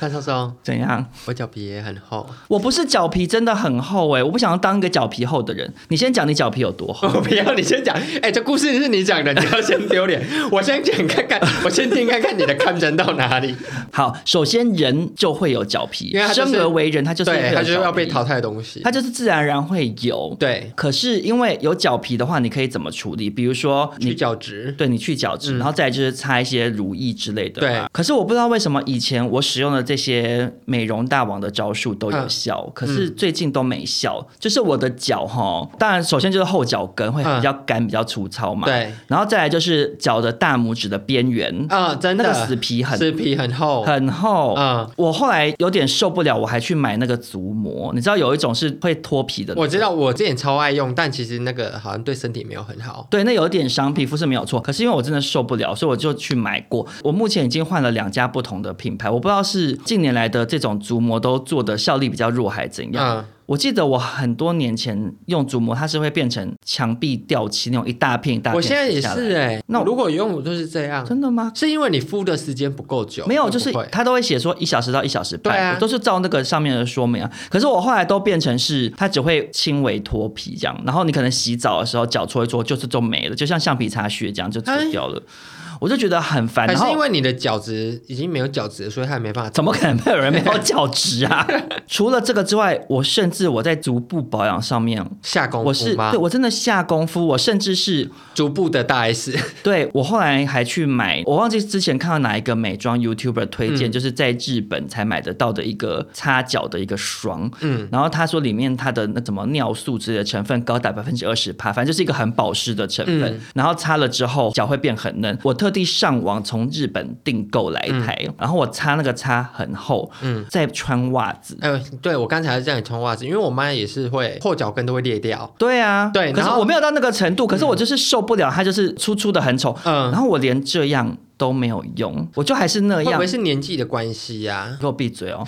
S3: 潘少松，
S2: 怎样？
S3: 哦我脚皮也很厚，
S2: 我不是脚皮真的很厚哎、我不想要当一个脚皮厚的人。你先讲你脚皮有多厚？
S3: 我不要你先讲。哎，这故事是你讲的，你要先丢 脸。我先讲看看，我先听看看你的抗争到哪里，
S2: 好，首先人就会有脚皮，
S3: 嗯因为他就是
S2: 生而为人，他就是会
S3: 对，
S2: 有
S3: 他就是要被
S2: 脚皮
S3: 淘，汰的东西
S2: 他。就是自然而然会有。
S3: 对，
S2: 可是因为有脚皮的话，你可以怎么处理？比如说你
S3: 去角质。
S2: 对你去角质，
S3: 嗯
S2: 然后再来就是擦一些乳液之类的嘛。
S3: 对
S2: 可是我不知道为什么以前我使用的这些美容大王的招数都有效，
S3: 嗯
S2: 可是最近都没效。就是我的脚哈，当然首先就是后脚跟会
S3: 嗯
S2: 比较干、比较粗糙嘛。。
S3: 对，
S2: 然后再来就是脚的大拇指的边缘，
S3: 啊，真
S2: 那
S3: 的
S2: 个死皮很
S3: 死皮很厚，
S2: 很厚。
S3: 嗯
S2: 我后来有点受不了，我还去买那个足膜。你知道有一种是会脱皮的，
S3: 我知道，我之前超爱用，但其实那个好像对身体没有很好。
S2: 对，那有点伤皮肤是没有错，可是因为我真的受不了，所以我就去买过。我目前已经换了两家不同的品牌，我不知道是近年来的这种足膜都做的效力比较弱，还是怎样。
S3: 嗯，
S2: 我记得我很多年前用足膜，它是会变成墙壁掉漆那种一大片一大片。
S3: 我现在也是。啊哎，
S2: 那
S3: 那
S2: 我
S3: 如果用我就是这样，
S2: 真的吗？
S3: 是因为你敷的时间不够久，
S2: 没有，
S3: 会
S2: 就
S3: 不
S2: 是
S3: 会
S2: 它都会写说一小时到一小时半，
S3: 对啊
S2: 我都是照那个上面的说明啊。可是我后来都变成是它只会轻微脱皮这样，然后你可能洗澡的时候脚搓一搓，就是就没了，就像橡皮擦屑这样就搓掉了。哎我就觉得很烦。
S3: 还
S2: 然
S3: 是因
S2: 后
S3: 为你的脚趾已经没有脚趾了，所以它没办法。
S2: 怎么可能会有人没有脚趾 啊？除了这个之外，我甚至我在足部保养上面，
S3: 下功夫
S2: 我是
S3: 吗
S2: 对？我真的下功夫，我甚至是
S3: 逐步的大 S，
S2: 对我后来还去买，我忘记之前看到哪一个美妆 YouTuber 推荐，就是在日本才买得到的一个擦脚的一个霜，嗯，然后他说里面它的那什么尿素之类的成分高达百分之二十帕，反正就是一个很保湿的成分，然后擦了之后脚会变很嫩。我特地上网从日本订购来一台，然后我擦那个擦很厚，嗯，再穿袜子。
S3: 哎、对我刚才在你穿袜子，因为我妈也是会后脚跟都会裂掉，
S2: 对啊，
S3: 对
S2: 可是
S3: 然后
S2: 我没有到那个程度，可是我就是受不了，它就是粗粗的很丑，
S3: 嗯
S2: 然后我连这样都没有用，我就还是那
S3: 会不
S2: 样
S3: 会，是年纪的关系呀、
S2: 给我闭嘴 哦，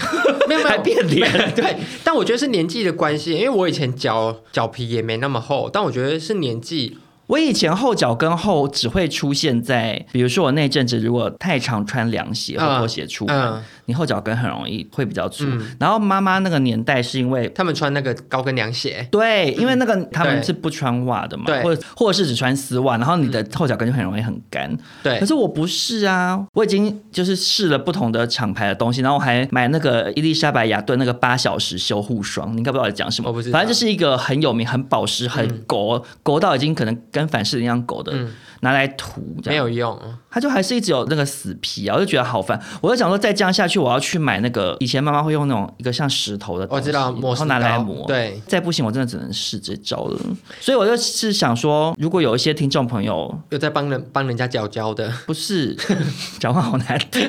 S3: 没有没有
S2: 还变脸，
S3: 对，但我觉得是年纪的关系，因为我以前脚脚皮也没那么厚，但我觉得是年纪，
S2: 我以前后脚跟后只会出现在，比如说我那阵子如果太常穿凉鞋或
S3: 嗯
S2: 拖鞋出门，
S3: 嗯，
S2: 你后脚跟很容易会比较粗。然后妈妈那个年代是因为。
S3: 他们穿那个高跟凉鞋，
S2: 对，因为那个他们
S3: 嗯对
S2: 是不穿袜的嘛，
S3: 对嗯
S2: 或者或者是只穿丝袜，然后你的后脚跟就很容易很干。
S3: 对
S2: 可，是我不是啊，我已经就是试了不同的厂牌的东西，然后我还买那个伊丽莎白雅顿那个八小时修护霜，你应该不知道我在讲什么，
S3: 我不知道嗯
S2: 反正就是一个很有名、很保湿、很狗、狗到已经可能跟凡士林一样狗的，拿来涂，这样
S3: 没有用，
S2: 它就还是一直有那个死皮啊，我就觉得好烦。我就想说，再这样下去，我要去买那个以前妈妈会用那种一个像石头的东
S3: 我
S2: 西，
S3: 知道磨
S2: 然后
S3: 石
S2: 拿来
S3: 膏
S2: 磨。
S3: 对，
S2: 再不行，我真的只能试这招了。所以我就是想说，如果有一些听众朋友
S3: 有在帮人帮人家脚脚的，
S2: 不是，讲话好难听，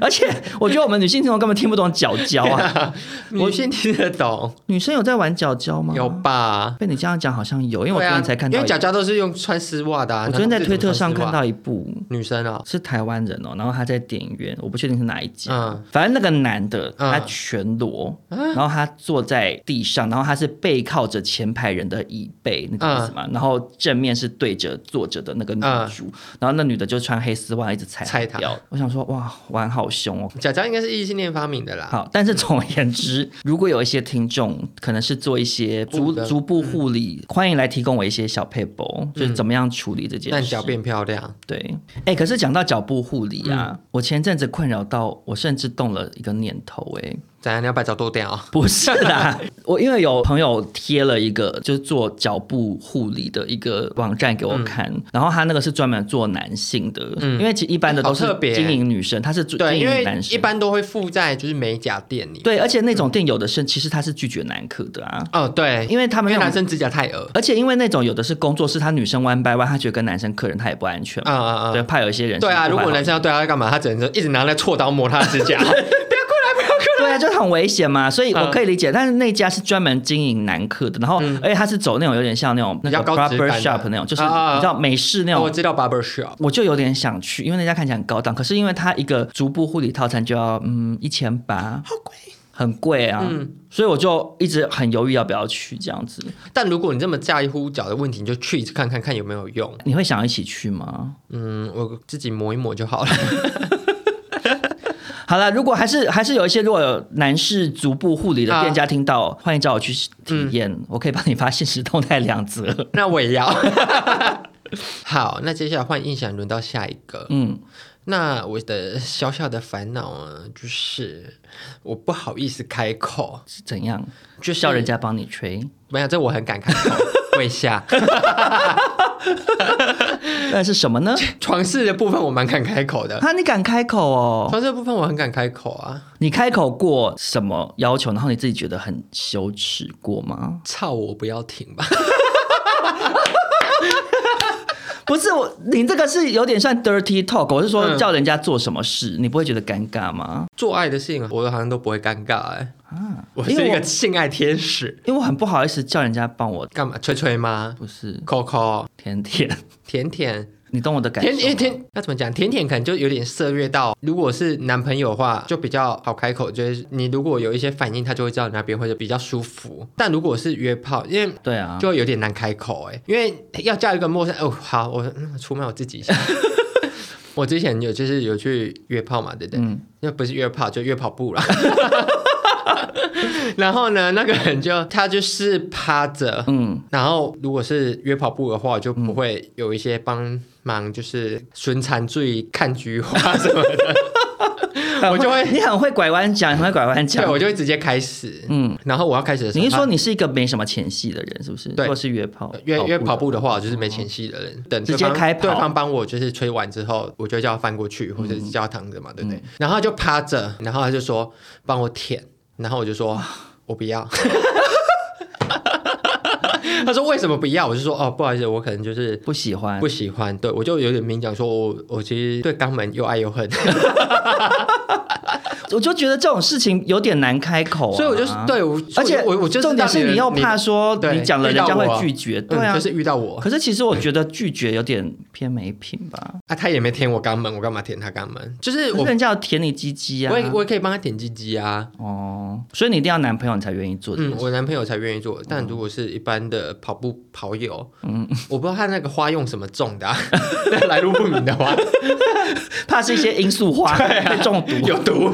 S2: 而且我觉得我们女性听众根本听不懂脚胶 啊。
S3: 女性听得懂，
S2: 女生有在玩脚胶吗？
S3: 有。吧？
S2: 被你这样讲好像有，因为我
S3: 对
S2: 昨
S3: 啊，
S2: 天才看到
S3: 因为
S2: 一部，
S3: 脚脚都是用穿丝袜的、啊。
S2: 我昨天在
S3: 那
S2: 推
S3: 不
S2: 特
S3: 是怎
S2: 上
S3: 么穿丝袜
S2: 看到一部
S3: 女生啊、
S2: 是台湾人哦，然后他在电影院，我不确定是哪一家，
S3: 嗯
S2: 反正那个男的
S3: 嗯啊
S2: 他全裸，然后他坐在地上，然后他是背靠着前排人的椅背，你懂我意思吗？然后正面是对着坐着的那个女
S3: 嗯
S2: 主，然后那女的就穿黑丝袜一直踩
S3: 踩
S2: 他
S3: 她
S2: 掉，我想说哇，玩好凶哦，
S3: 脚脚应该是异性恋发明的啦。
S2: 好，但是总而言之，如果有一些听众可能是做一些
S3: 护
S2: 足
S3: 嗯的嗯
S2: 足部护理，欢迎来提供我一些小配博，就是怎么样处理这件事。
S3: 但脚变漂亮，
S2: 对，哎、可是讲到脚部护理啊，
S3: 嗯
S2: 我前阵子困扰到我，甚至动了一个念头、哎，
S3: 怎样？你要把脚剁掉？
S2: 不是 啦，我因为有朋友贴了一个就是做脚部护理的一个网站给我
S3: 嗯
S2: 看，然后他那个是专门做男性的，因为其实一般的都是
S3: 好特别
S2: 经营女生，他是做
S3: 对，
S2: 经
S3: 因
S2: 营
S3: 为
S2: 男生，
S3: 一般都会附在就是美甲店里。
S2: 对，而且那种店有的是其实他是拒绝男客的啊。
S3: 哦，对，
S2: 因为他
S3: 因
S2: 们
S3: 为
S2: 那
S3: 男
S2: 种
S3: 生指甲太恶。
S2: 而且因为那种有的是工作室，他女生弯掰弯，他觉得跟男生客人他也不安全嘛，
S3: 嗯嗯嗯
S2: 对，怕有一些人
S3: 对啊，
S2: 是
S3: 如
S2: 不怀
S3: 果
S2: 好
S3: 男生要对他干嘛，他只能就一直拿那锉刀磨他的指 甲。
S2: 对啊，就很危险嘛，所以我
S3: 嗯
S2: 可以理解。但是那家是专门经营男客的，然后而且他是走那种有点像那种那
S3: 比较
S2: 个
S3: 高级版
S2: barber
S3: 的
S2: shop 那种，就是
S3: 啊啊啊
S2: 你知道美式那
S3: 哦我
S2: 种。
S3: 知道 barber shop，
S2: 我就有点想去，因为那家看起来很高档，可是因为它一个足部护理套餐就要嗯一千八，好贵，很贵啊，
S3: 嗯
S2: 所以我就一直很犹豫要不要去这样子。
S3: 但如果你这么在乎脚的问题，你就去一次看看看有没有用。
S2: 你会想一起去吗？
S3: 嗯，我自己磨一磨就好了。
S2: 好了，如果还是还是有一些如果有男士足部护理的店家听到，欢迎找我去体验，我可以帮你发现实动态 两折。
S3: 那我也要。好，那接下来换印象，轮到下一个。
S2: 嗯，
S3: 那我的小小的烦恼啊，就是我不好意思开口，
S2: 是怎样？
S3: 就是
S2: 叫人家帮你吹，
S3: 没有，这我很敢开口。问一 下，
S2: 那是什么呢？
S3: 床事的部分我蛮敢开口的，
S2: 啊，你敢开口哦？
S3: 床事的部分我很敢开口啊，
S2: 你开口过什么要求？然后你自己觉得很羞耻过吗？
S3: 操我不要停吧。
S2: 不是我，你这个是有点像 dirty talk。我是说
S3: 嗯
S2: 叫人家做什么事，你不会觉得尴尬吗？
S3: 做爱的事情，我好像都不会尴尬哎、
S2: 啊，
S3: 我
S2: 因
S3: 是
S2: 为
S3: 一
S2: 我
S3: 个性爱天使。
S2: 因为我很不好意思叫人家帮我，
S3: 干嘛？吹吹吗
S2: 不是
S3: ？Coco，
S2: 甜甜，
S3: 甜甜，
S2: 你懂我的感受
S3: 甜
S2: 吗？
S3: 甜甜，要怎么讲？甜甜可能就有点涉略到，如果是男朋友的话，就比较好开口，就是你如果有一些反应，他就会知道你那边会比较舒服。但如果是约炮，因为
S2: 对啊，
S3: 就会有点难开口哎、因为要叫一个陌生哦，好，我、嗯、出卖我自己 一下。我
S2: 嗯
S3: 之前有就是有去约炮嘛，对不对？那、不是约炮，就约跑步啦。 然后呢，那个人就他就是趴着，
S2: 嗯，
S3: 然后如果是约跑步的话，我就不会有一些帮忙，就是寻常醉看菊花什 么的，我就会
S2: 你很会拐弯讲，很会拐弯
S3: 对
S2: 讲。
S3: 我就会直接开始。
S2: 嗯，
S3: 然后我要开始的时候，
S2: 你是说
S3: 他
S2: 你是一个没什么前戏的人，是不是？
S3: 对呃
S2: 或是约炮？
S3: 约约跑
S2: 的嗯
S3: 步的话，我就是没前戏的人，等对
S2: 直接
S3: 方
S2: 开跑
S3: 对方帮我就是吹完之后，我就叫他翻过去，或者是叫他躺着
S2: 嗯
S3: 嘛，对不对？然后他就趴着，然后他就说帮我舔，然后我就 说我不要。 他说为什么不要？我就说哦，不好意思，我可能就是
S2: 不喜欢，
S3: 不喜欢。对我就有点明讲说我，我其实对肛门又爱又恨，
S2: 我就觉得这种事情有点难开口、啊，
S3: 所以我就是，对我，
S2: 而且
S3: 我我就是
S2: 重点是你又怕说
S3: 对
S2: 你讲了
S3: 遇到
S2: 人家会
S3: 我
S2: 拒绝，
S3: 嗯
S2: 对啊，
S3: 就是遇到我
S2: 可是其实我觉得拒绝有点偏没品吧，
S3: 啊，他也没舔我肛门，我干嘛舔他肛门？就是
S2: 可
S3: 我
S2: 是人家要舔你鸡鸡啊
S3: 我，也我也可以帮他舔鸡鸡啊。
S2: 哦，所以你一定要男朋友你才愿意做这
S3: 嗯
S2: 件，事。
S3: 我男朋友才愿意做，
S2: 嗯
S3: 但如果是一般的跑步跑友，嗯， 我不知道他那个花用什么种的、啊， 那来路不明的 花
S2: 怕是一些罂 粟花
S3: 啊
S2: 会中毒。
S3: 有毒。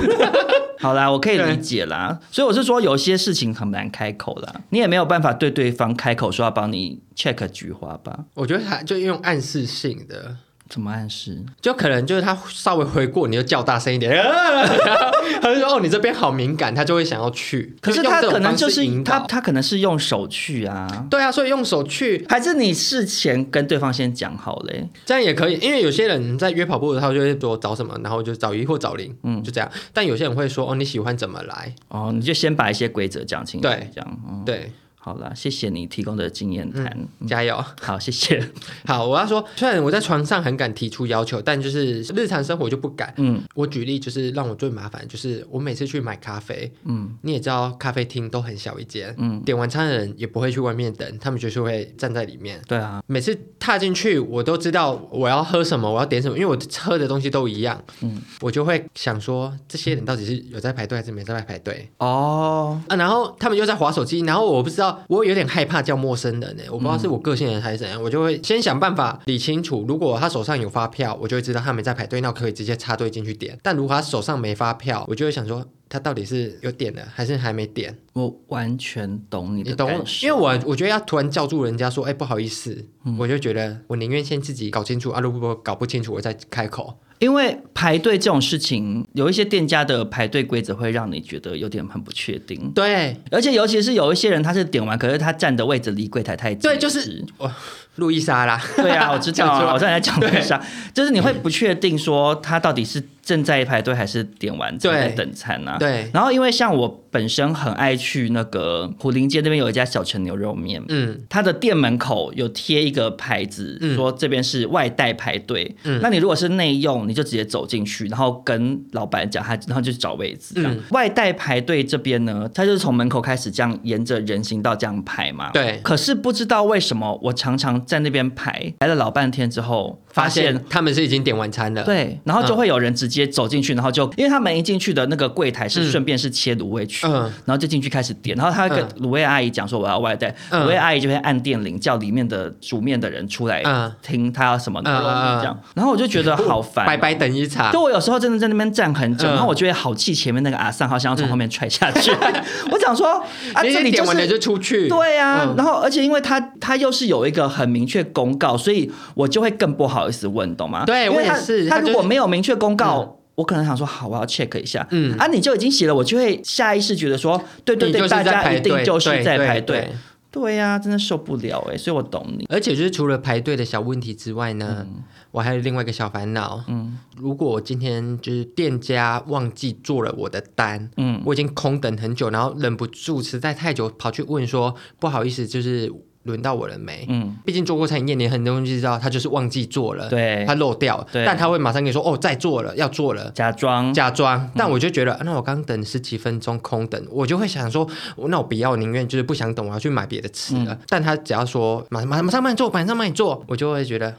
S2: 好啦，我可以
S3: 对
S2: 理解啦，所以我是说有些事情很难开口啦，你也没有办法对对方开口说要帮你 check 菊花吧？
S3: 我觉得他就用暗示性的，
S2: 怎么暗示？
S3: 就可能就是他稍微回过，你就叫大声一点， 啊他就说哦，你这边好敏感，他就会想要去。
S2: 可是他
S3: 用这种
S2: 可能
S3: 方式
S2: 就是
S3: 引
S2: 他
S3: 导
S2: 他可能是用手去啊，
S3: 对啊，所以用手去
S2: 还是你事前跟对方先讲好嘞？
S3: 这样也可以，因为有些人在约跑步的时候就会说找什么，然后就找一或找零，嗯，就这样。但有些人会说哦，你喜欢怎么来？
S2: 哦，你就先把一些规则讲清楚，
S3: 对
S2: 这样。嗯，
S3: 对，
S2: 好啦，谢谢你提供的经验谈。
S3: 加油。
S2: 好，谢谢。
S3: 好，我要说，虽然我在床上很敢提出要求，但就是日常生活就不敢。嗯，我举例就是让我最麻烦，就是我每次去买咖啡，嗯，你也知道咖啡厅都很小一间，嗯，点完餐的人也不会去外面等，他们就是会站在里面。
S2: 对啊，
S3: 每次踏进去，我都知道我要喝什么，我要点什么，因为我喝的东西都一样。嗯，我就会想说，这些人到底是有在排队还是没在排队？
S2: 哦，
S3: 啊，然后他们又在划手机，然后我不知道，我有点害怕叫陌生人呢、我不知道是我个性人还是怎样，我就会先想办法理清楚。如果他手上有发票，我就会知道他没在排队，那我可以直接插队进去点。但如果他手上没发票，我就会想说。他到底是有点了还是还没点？
S2: 我完全懂你
S3: 你
S2: 的
S3: 懂我
S2: 嗯感？受，
S3: 因为我我觉得要突然叫住人家说，哎、不好意思，我就觉得我宁愿先自己搞清楚啊，如果搞不清楚我再开口。
S2: 因为排队这种事情，有一些店家的排队规则会让你觉得有点很不确定。
S3: 对
S2: 而且，尤其是有一些人，他是点完，可是他站的位置离柜台太近。
S3: 对，就是哇，路易莎啦，
S2: 对 啊，我知道
S3: 讲出
S2: 啊，
S3: 来
S2: 我刚才讲的上，就是你会不确定说他到底是正在排队还是点完餐
S3: 对
S2: 在等餐啊？
S3: 对
S2: 然后因为像我本身很爱去那个虎林街那边有一家小城牛肉面，
S3: 嗯，
S2: 它的店门口有贴一个牌子，
S3: 嗯
S2: 说这边是外带排队。那你如果是内用，你就直接走进去，然后跟老板讲他，然后就去找位置。这样、
S3: 嗯
S2: 外带排队这边呢，它就是从门口开始这样沿着人行道这样排嘛。
S3: 对
S2: 可是不知道为什么，我常常在那边排，排了老半天之后，
S3: 发
S2: 发现
S3: 现他们是已经点完餐了。
S2: 对，然后就
S3: 嗯
S2: 会有人直接走进去，然后就因为他们一进去的那个柜台是顺便是切卤味区，
S3: 嗯
S2: 然后就进去开始点，然后他会跟
S3: 嗯
S2: 卤味阿姨讲说我要外带，
S3: 嗯
S2: 卤味阿姨就会按电铃叫里面的煮面的人出来
S3: 嗯
S2: 听他要什么牛肉
S3: 嗯嗯嗯
S2: 面这样，然后我就觉得好烦、哦
S3: 白白。等一场。
S2: 就我有时候真的在那边站很久，
S3: 嗯
S2: 然后我就会好气前面那个阿三，好想要从后面踹下去。 我想说，啊，
S3: 你
S2: 这里
S3: 点完
S2: 是
S3: 了就出去。
S2: 对呀、
S3: 嗯
S2: 然后而且因为他他又是有一个很明确公告，所以我就会更不好意思问，懂吗？
S3: 对
S2: 因为
S3: 我也
S2: 他
S3: 是
S2: 他
S3: 他就
S2: 如果
S3: 是
S2: 没有明确公告。我可能想说，好，我要 check 一下，
S3: 嗯
S2: 嗯，啊，你就已经写了，我就会下意识觉得说，对对
S3: 你就
S2: 对，
S3: 是
S2: 大
S3: 在
S2: 家
S3: 排
S2: 一定
S3: 队
S2: 就是
S3: 对
S2: 在
S3: 对
S2: 排
S3: 对
S2: 队，对呀、真的受不了哎、所以我懂你，
S3: 而且就是除了排队的小问题之外呢，我还有另外一个小烦恼。嗯，如果我今天就是店家忘记做了我的单，嗯
S2: 嗯，
S3: 我已经空等很久，然后忍不住实在太久，跑去问说不好意思，就是轮到我了没？嗯
S2: 嗯，
S3: 毕竟做过餐饮业，你很多东西知道，他就是忘记做了，
S2: 对
S3: 他漏掉，
S2: 对
S3: 但他会马上跟你说哦，再做了，要做了。
S2: 假装
S3: 假
S2: 嗯
S3: 装，但我就觉得，啊那我刚等十几分钟空等，我就会想说，我那我不要，宁愿就是不想等，我要去买别的吃了。
S2: 嗯
S3: 但他只要说马马马上帮你做，马上帮你做，我就会觉得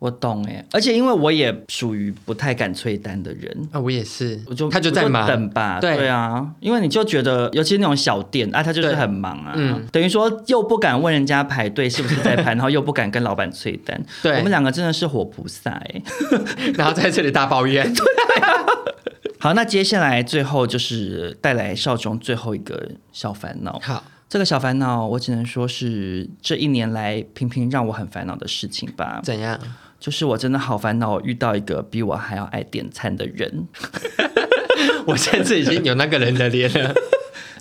S2: 我懂哎、而且因为我也属于不太敢催单的人，
S3: 啊，我也是，
S2: 我就
S3: 他就在忙，
S2: 等吧，
S3: 对
S2: 对啊，因为你就觉得，尤其是那种小店啊，他就是
S3: 对
S2: 很忙啊，
S3: 嗯
S2: 等于说又不敢问人家排队是不是在 排，然后又不敢跟老板催单，
S3: 对
S2: 欸我们两个真的是活菩萨哎、
S3: 然后在这里大抱怨。
S2: 好，那接下来最后就是带来少中最后一个小烦恼。
S3: 好，
S2: 这个小烦恼，我只能说是这一年来频频让我很烦恼的事情吧。
S3: 怎样？
S2: 就是我真的好烦恼，我遇到一个比我还要爱点餐的人，
S3: 我甚至已经有那个人的脸了。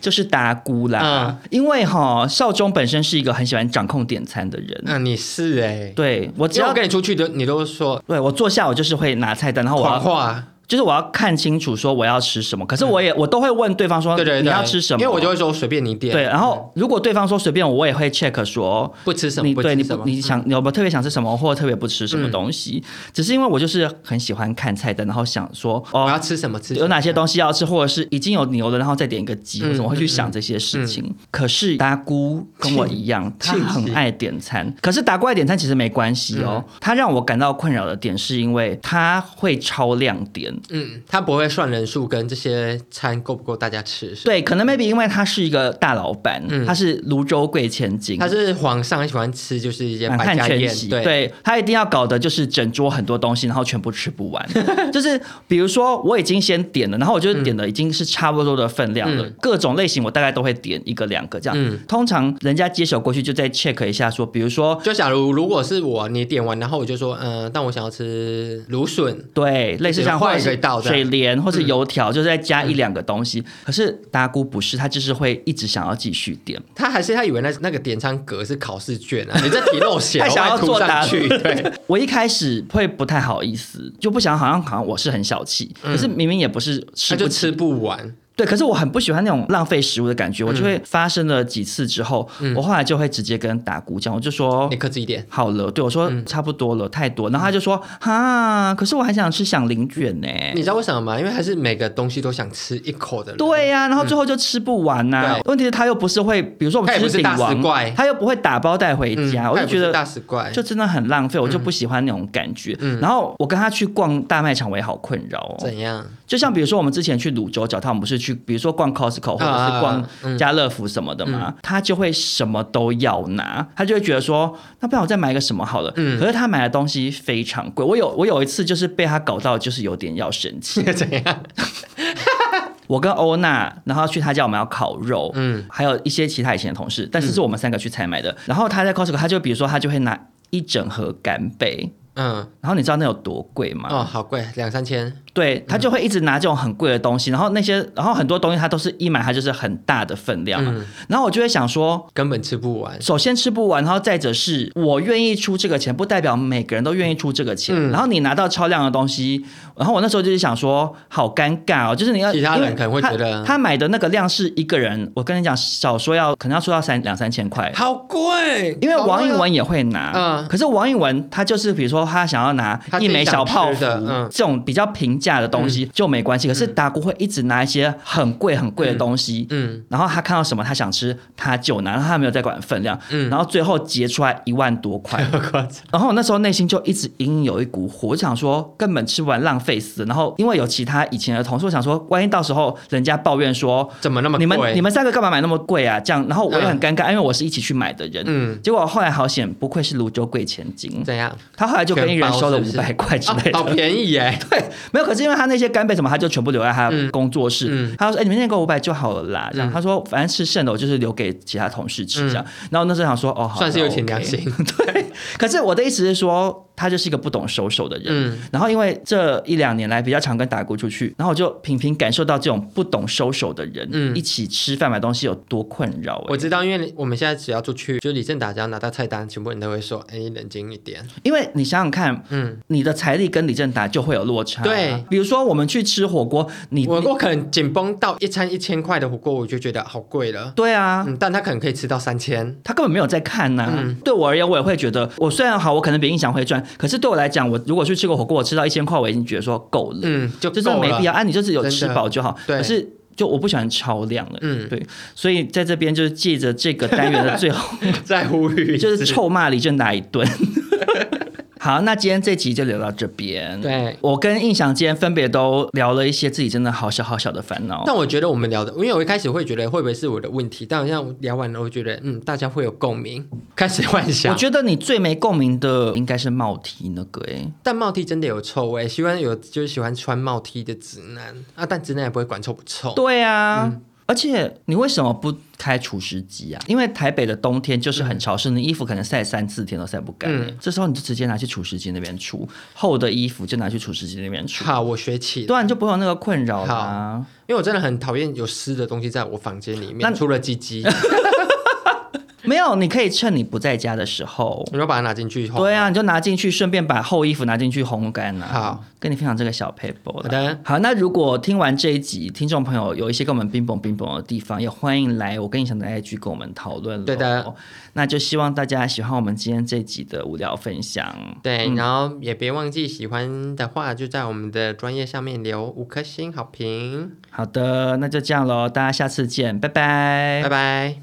S2: 就是达姑啦。
S3: 嗯
S2: 因为哈，少中本身是一个很喜欢掌控点餐的人。
S3: 那、啊你是哎、
S2: 对我只
S3: 只要
S2: 要
S3: 跟你出去的，你都说
S2: 对我坐下，我就是会拿菜单，然后我
S3: 谎
S2: 要
S3: 话。
S2: 就是我要看清楚说我要吃什么。可是我也、我都会问对方说
S3: 嗯对对对，
S2: 你要吃什么，
S3: 因为我就会说随便你点。
S2: 对。然后如果对方说随便我，我也会 check 说
S3: 不吃什么
S2: 你
S3: 不
S2: 对
S3: 吃
S2: 你
S3: 什
S2: 不
S3: 么嗯
S2: 你想你有没有特别想吃什么，或者特别不吃什么东西？只是因为我就是很喜欢看菜单，然后想说哦，
S3: 我要吃什么吃什么
S2: 有哪些东西要吃，或者是已经有牛了，然后再点一个鸡，
S3: 嗯
S2: 我怎么会去想这些事情？可是达姑跟我一样，她
S3: 气
S2: 很
S3: 气
S2: 爱 点餐。可是达姑爱点餐其实没关系哦，
S3: 嗯
S2: 她让我感到困扰的点是因为她会超量点。
S3: 嗯，他不会算人数跟这些餐够不够大家吃。是吧，
S2: 对，可能 maybe 因为她是一个大老板，
S3: 嗯
S2: 她是泸州贵千金，
S3: 他是皇上喜欢吃，就是一些
S2: 满
S3: 百
S2: 汉
S3: 家
S2: 全
S3: 宴
S2: 席，，
S3: 对，
S2: 他一定要搞的就是整桌很多东西，然后全部吃不 完。就是比如说我已经先点了，然后我就点的已经是差不多的分量了，
S3: 嗯
S2: 各种类型我大概都会点一个两个这样。
S3: 嗯
S2: 通常人家接手过去就再 check 一下说，比如说
S3: 就假如如果是我，你点完，然后我就说，嗯、但我想要吃芦笋，
S2: 对，类似像
S3: 换
S2: 或者
S3: 一个
S2: 是
S3: 道这样嗯
S2: 水莲或是油条，就是再加一两个东西。可是达姑不是，她就是会一直想要继续点。
S3: 他还是他以为那那个点餐格是考试卷 啊，你这题漏写，
S2: 太想要
S3: 我还
S2: 作
S3: 涂
S2: 答
S3: 上去，对，
S2: 我一开始会不太好意思，就不想好像好像我是很小气，可是明明也不是吃
S3: 他嗯
S2: 不
S3: 就
S2: 起
S3: 吃不完。
S2: 对，可是我很不喜欢那种浪费食物的
S3: 嗯
S2: 感觉，我就会发生了几次之后，我后来就会直接跟打鼓讲，我就说
S3: 你嗯克制一点，
S2: 好了，对我说差不多了，太多，然后他就说哈，可是我还想吃响铃卷呢、
S3: 你知道为什么吗？因为他是每个东西都想吃一口的人，
S2: 对呀、然后最后就吃不完
S3: 嗯
S2: 呐、
S3: 对
S2: 问题是他又不是会，比如说我
S3: 他也
S2: 们
S3: 不是
S2: 吃鼎
S3: 大
S2: 王
S3: 食，怪
S2: 他又不会打包带回
S3: 嗯，
S2: 家，我
S3: 他也
S2: 就
S3: 不
S2: 觉
S3: 是
S2: 得
S3: 大使怪，嗯
S2: 就真的很浪费，我就不喜欢那种感觉。然后我跟他去逛大卖场，我也好困扰哦。
S3: 怎 样？
S2: 就像比如说我们之前去泸州脚踏，我们不是去比如说逛 Costco 或者是逛家乐福什么的嘛，他就会什么都要拿，他就会觉得说，那不然我再买个什么好了。可是他买的东西非常贵，我有我有一次就是被他搞到，就是有点要生 气。
S3: 怎样？
S2: 我跟欧娜，然后去他家我们要烤肉，嗯
S3: 嗯，
S2: 还有一些其他以前的同事，但是是我们三个去采买的。然后他在 Costco，他就比如说他就会拿一整盒干贝。
S3: 嗯，
S2: 然后你知道那有多贵吗？
S3: 哦，好贵，两三千，
S2: 对他就会一直拿这种很贵的东
S3: 嗯
S2: 西，然后那些，然后很多东西他都是一买它就是很大的分量
S3: 嗯
S2: 嘛。然后我就会想说，
S3: 根本吃不完。
S2: 首先吃不完，然后再者是我愿意出这个钱，不代表每个人都愿意出这个钱。
S3: 嗯
S2: 然后你拿到超量的东西，然后我那时候就是想说，好尴尬哦，就是你要
S3: 其他人
S2: 因为
S3: 可能会
S2: 他
S3: 觉得
S2: 他买的那个量是一个人，我跟你讲，少说要可能要出到三两三千块。
S3: 好贵，
S2: 因为王
S3: 好
S2: 一
S3: 贵啊
S2: 文也会拿，
S3: 嗯
S2: 可是王一文他就是比如说他想要拿
S3: 他自
S2: 一
S3: 己
S2: 枚小泡芙、
S3: 想吃的嗯
S2: 这种比较平价的东西就没关系，可是达姑会一直拿一些很贵很贵的东西，
S3: 嗯，
S2: 然后他看到什么他想吃他就拿，然后他没有在管分量，
S3: 嗯
S2: 然后最后结出来一万 多块，然后我那时候内心就一直隐隐有一股火，我就想说根本吃不完，浪费死。然后因为有其他以前的同事，我想说万一到时候人家抱怨说
S3: 怎么那么贵
S2: 你们你们三个干嘛买那么贵啊？这样，然后我也很尴尬，因为我是一起去买的人。嗯
S3: 嗯，
S2: 结果后来好险，不愧是泸州贵千金，
S3: 怎样？
S2: 他后来就跟一人收了
S3: 全包
S2: 五
S3: 是不
S2: 百
S3: 是
S2: 块之类的。
S3: 啊好便宜 耶！
S2: 对，没有，可是因为他那些干贝什么，他就全部留在他的工作室。
S3: 嗯
S2: 他说：“哎、你们那个五百就好了啦。”这样，他说：“反正吃剩的，我就是留给其他同事吃。”这样，然后那时候想说：“哦，好
S3: 算是
S2: 那
S3: 有点
S2: OK
S3: 良心。
S2: 对，可是我的意思是说，他就是一个不懂收手的人。
S3: 嗯
S2: 然后因为这一两年来比较常跟打姑出去，然后我就频频感受到这种不懂收手的人、
S3: 嗯
S2: 一起吃饭买东西有多困扰、
S3: 我
S2: 欸。
S3: 知道，因为我们现在只要出去，就李正达只要拿到菜单，全部人都会说：“哎，冷静一点。
S2: 因为你想想看，
S3: 嗯
S2: 你的财力跟李正达就会有落差。啊
S3: 对
S2: 比如说我们去吃火锅，你”
S3: 我
S2: 你
S3: 我可能紧绷到一餐一千块的火锅，我就觉得好贵了。
S2: 对啊，
S3: 嗯，但他可能可以吃到三千。
S2: 他根本没有在看呐、
S3: 嗯
S2: 对我而言，我也会觉得，我虽然好，我可能比印象会赚，可是对我来讲，我如果去吃个火锅，我吃到一千块，我已经觉得说够了，
S3: 嗯，就
S2: 就是
S3: 够
S2: 没
S3: 了
S2: 必要。啊，你就是有
S3: 真的
S2: 吃饱就好。
S3: 对
S2: 可是就我不喜欢超量了。
S3: 嗯
S2: 对，所以在这边就是借 着这个单元的最后，
S3: 再呼吁一
S2: 就是
S3: 次
S2: 臭骂李正达一顿。好，那今天这集就聊到这 边。
S3: 对
S2: 我跟印象今天分别都聊了一些自己真的好小好小的烦恼。
S3: 但我觉得我们聊的，因为我一开始会觉得会不会是我的问题，但好像聊完了，我觉得嗯，大家会有共鸣，开始幻想。
S2: 我觉得你最没共鸣的应该是帽 T 那个哎、
S3: 但帽 T 真的有臭味，喜欢有就是喜欢穿帽 T 的直男啊，但直男也不会管臭不臭。
S2: 对啊。
S3: 嗯
S2: 而且你为什么不开除湿机啊？因为台北的冬天就是很潮湿，你衣服可能晒三四天都晒不干、
S3: 嗯
S2: 这时候你就直接拿去除湿机那边除，厚的衣服就拿去除湿机那边除，
S3: 好，我学起了，
S2: 对啊，你就不会有那个困扰啦、
S3: 因为我真的很讨厌有湿的东西在我房间里
S2: 那
S3: 面，除了鸡 鸡，
S2: 没有，你可以趁你不在家的时候，
S3: 我就把它拿进去后。
S2: 对啊，你就拿进去，顺便把厚衣服拿进去烘干啊。
S3: 好，
S2: 跟你分享这个小 paper。好
S3: 好的，
S2: 好，那如果听完这一集，听众朋友有一些跟我们冰崩冰崩的地方，也欢迎来我跟你想的 IG 跟我们讨论。
S3: 对的，
S2: 那就希望大家喜欢我们今天这一集的无聊分享。
S3: 对，然后也别忘记喜欢的话，就在我们的专业上面留五颗星好评，
S2: 好的，那就这样喽，大家下次见，拜拜，
S3: 拜拜。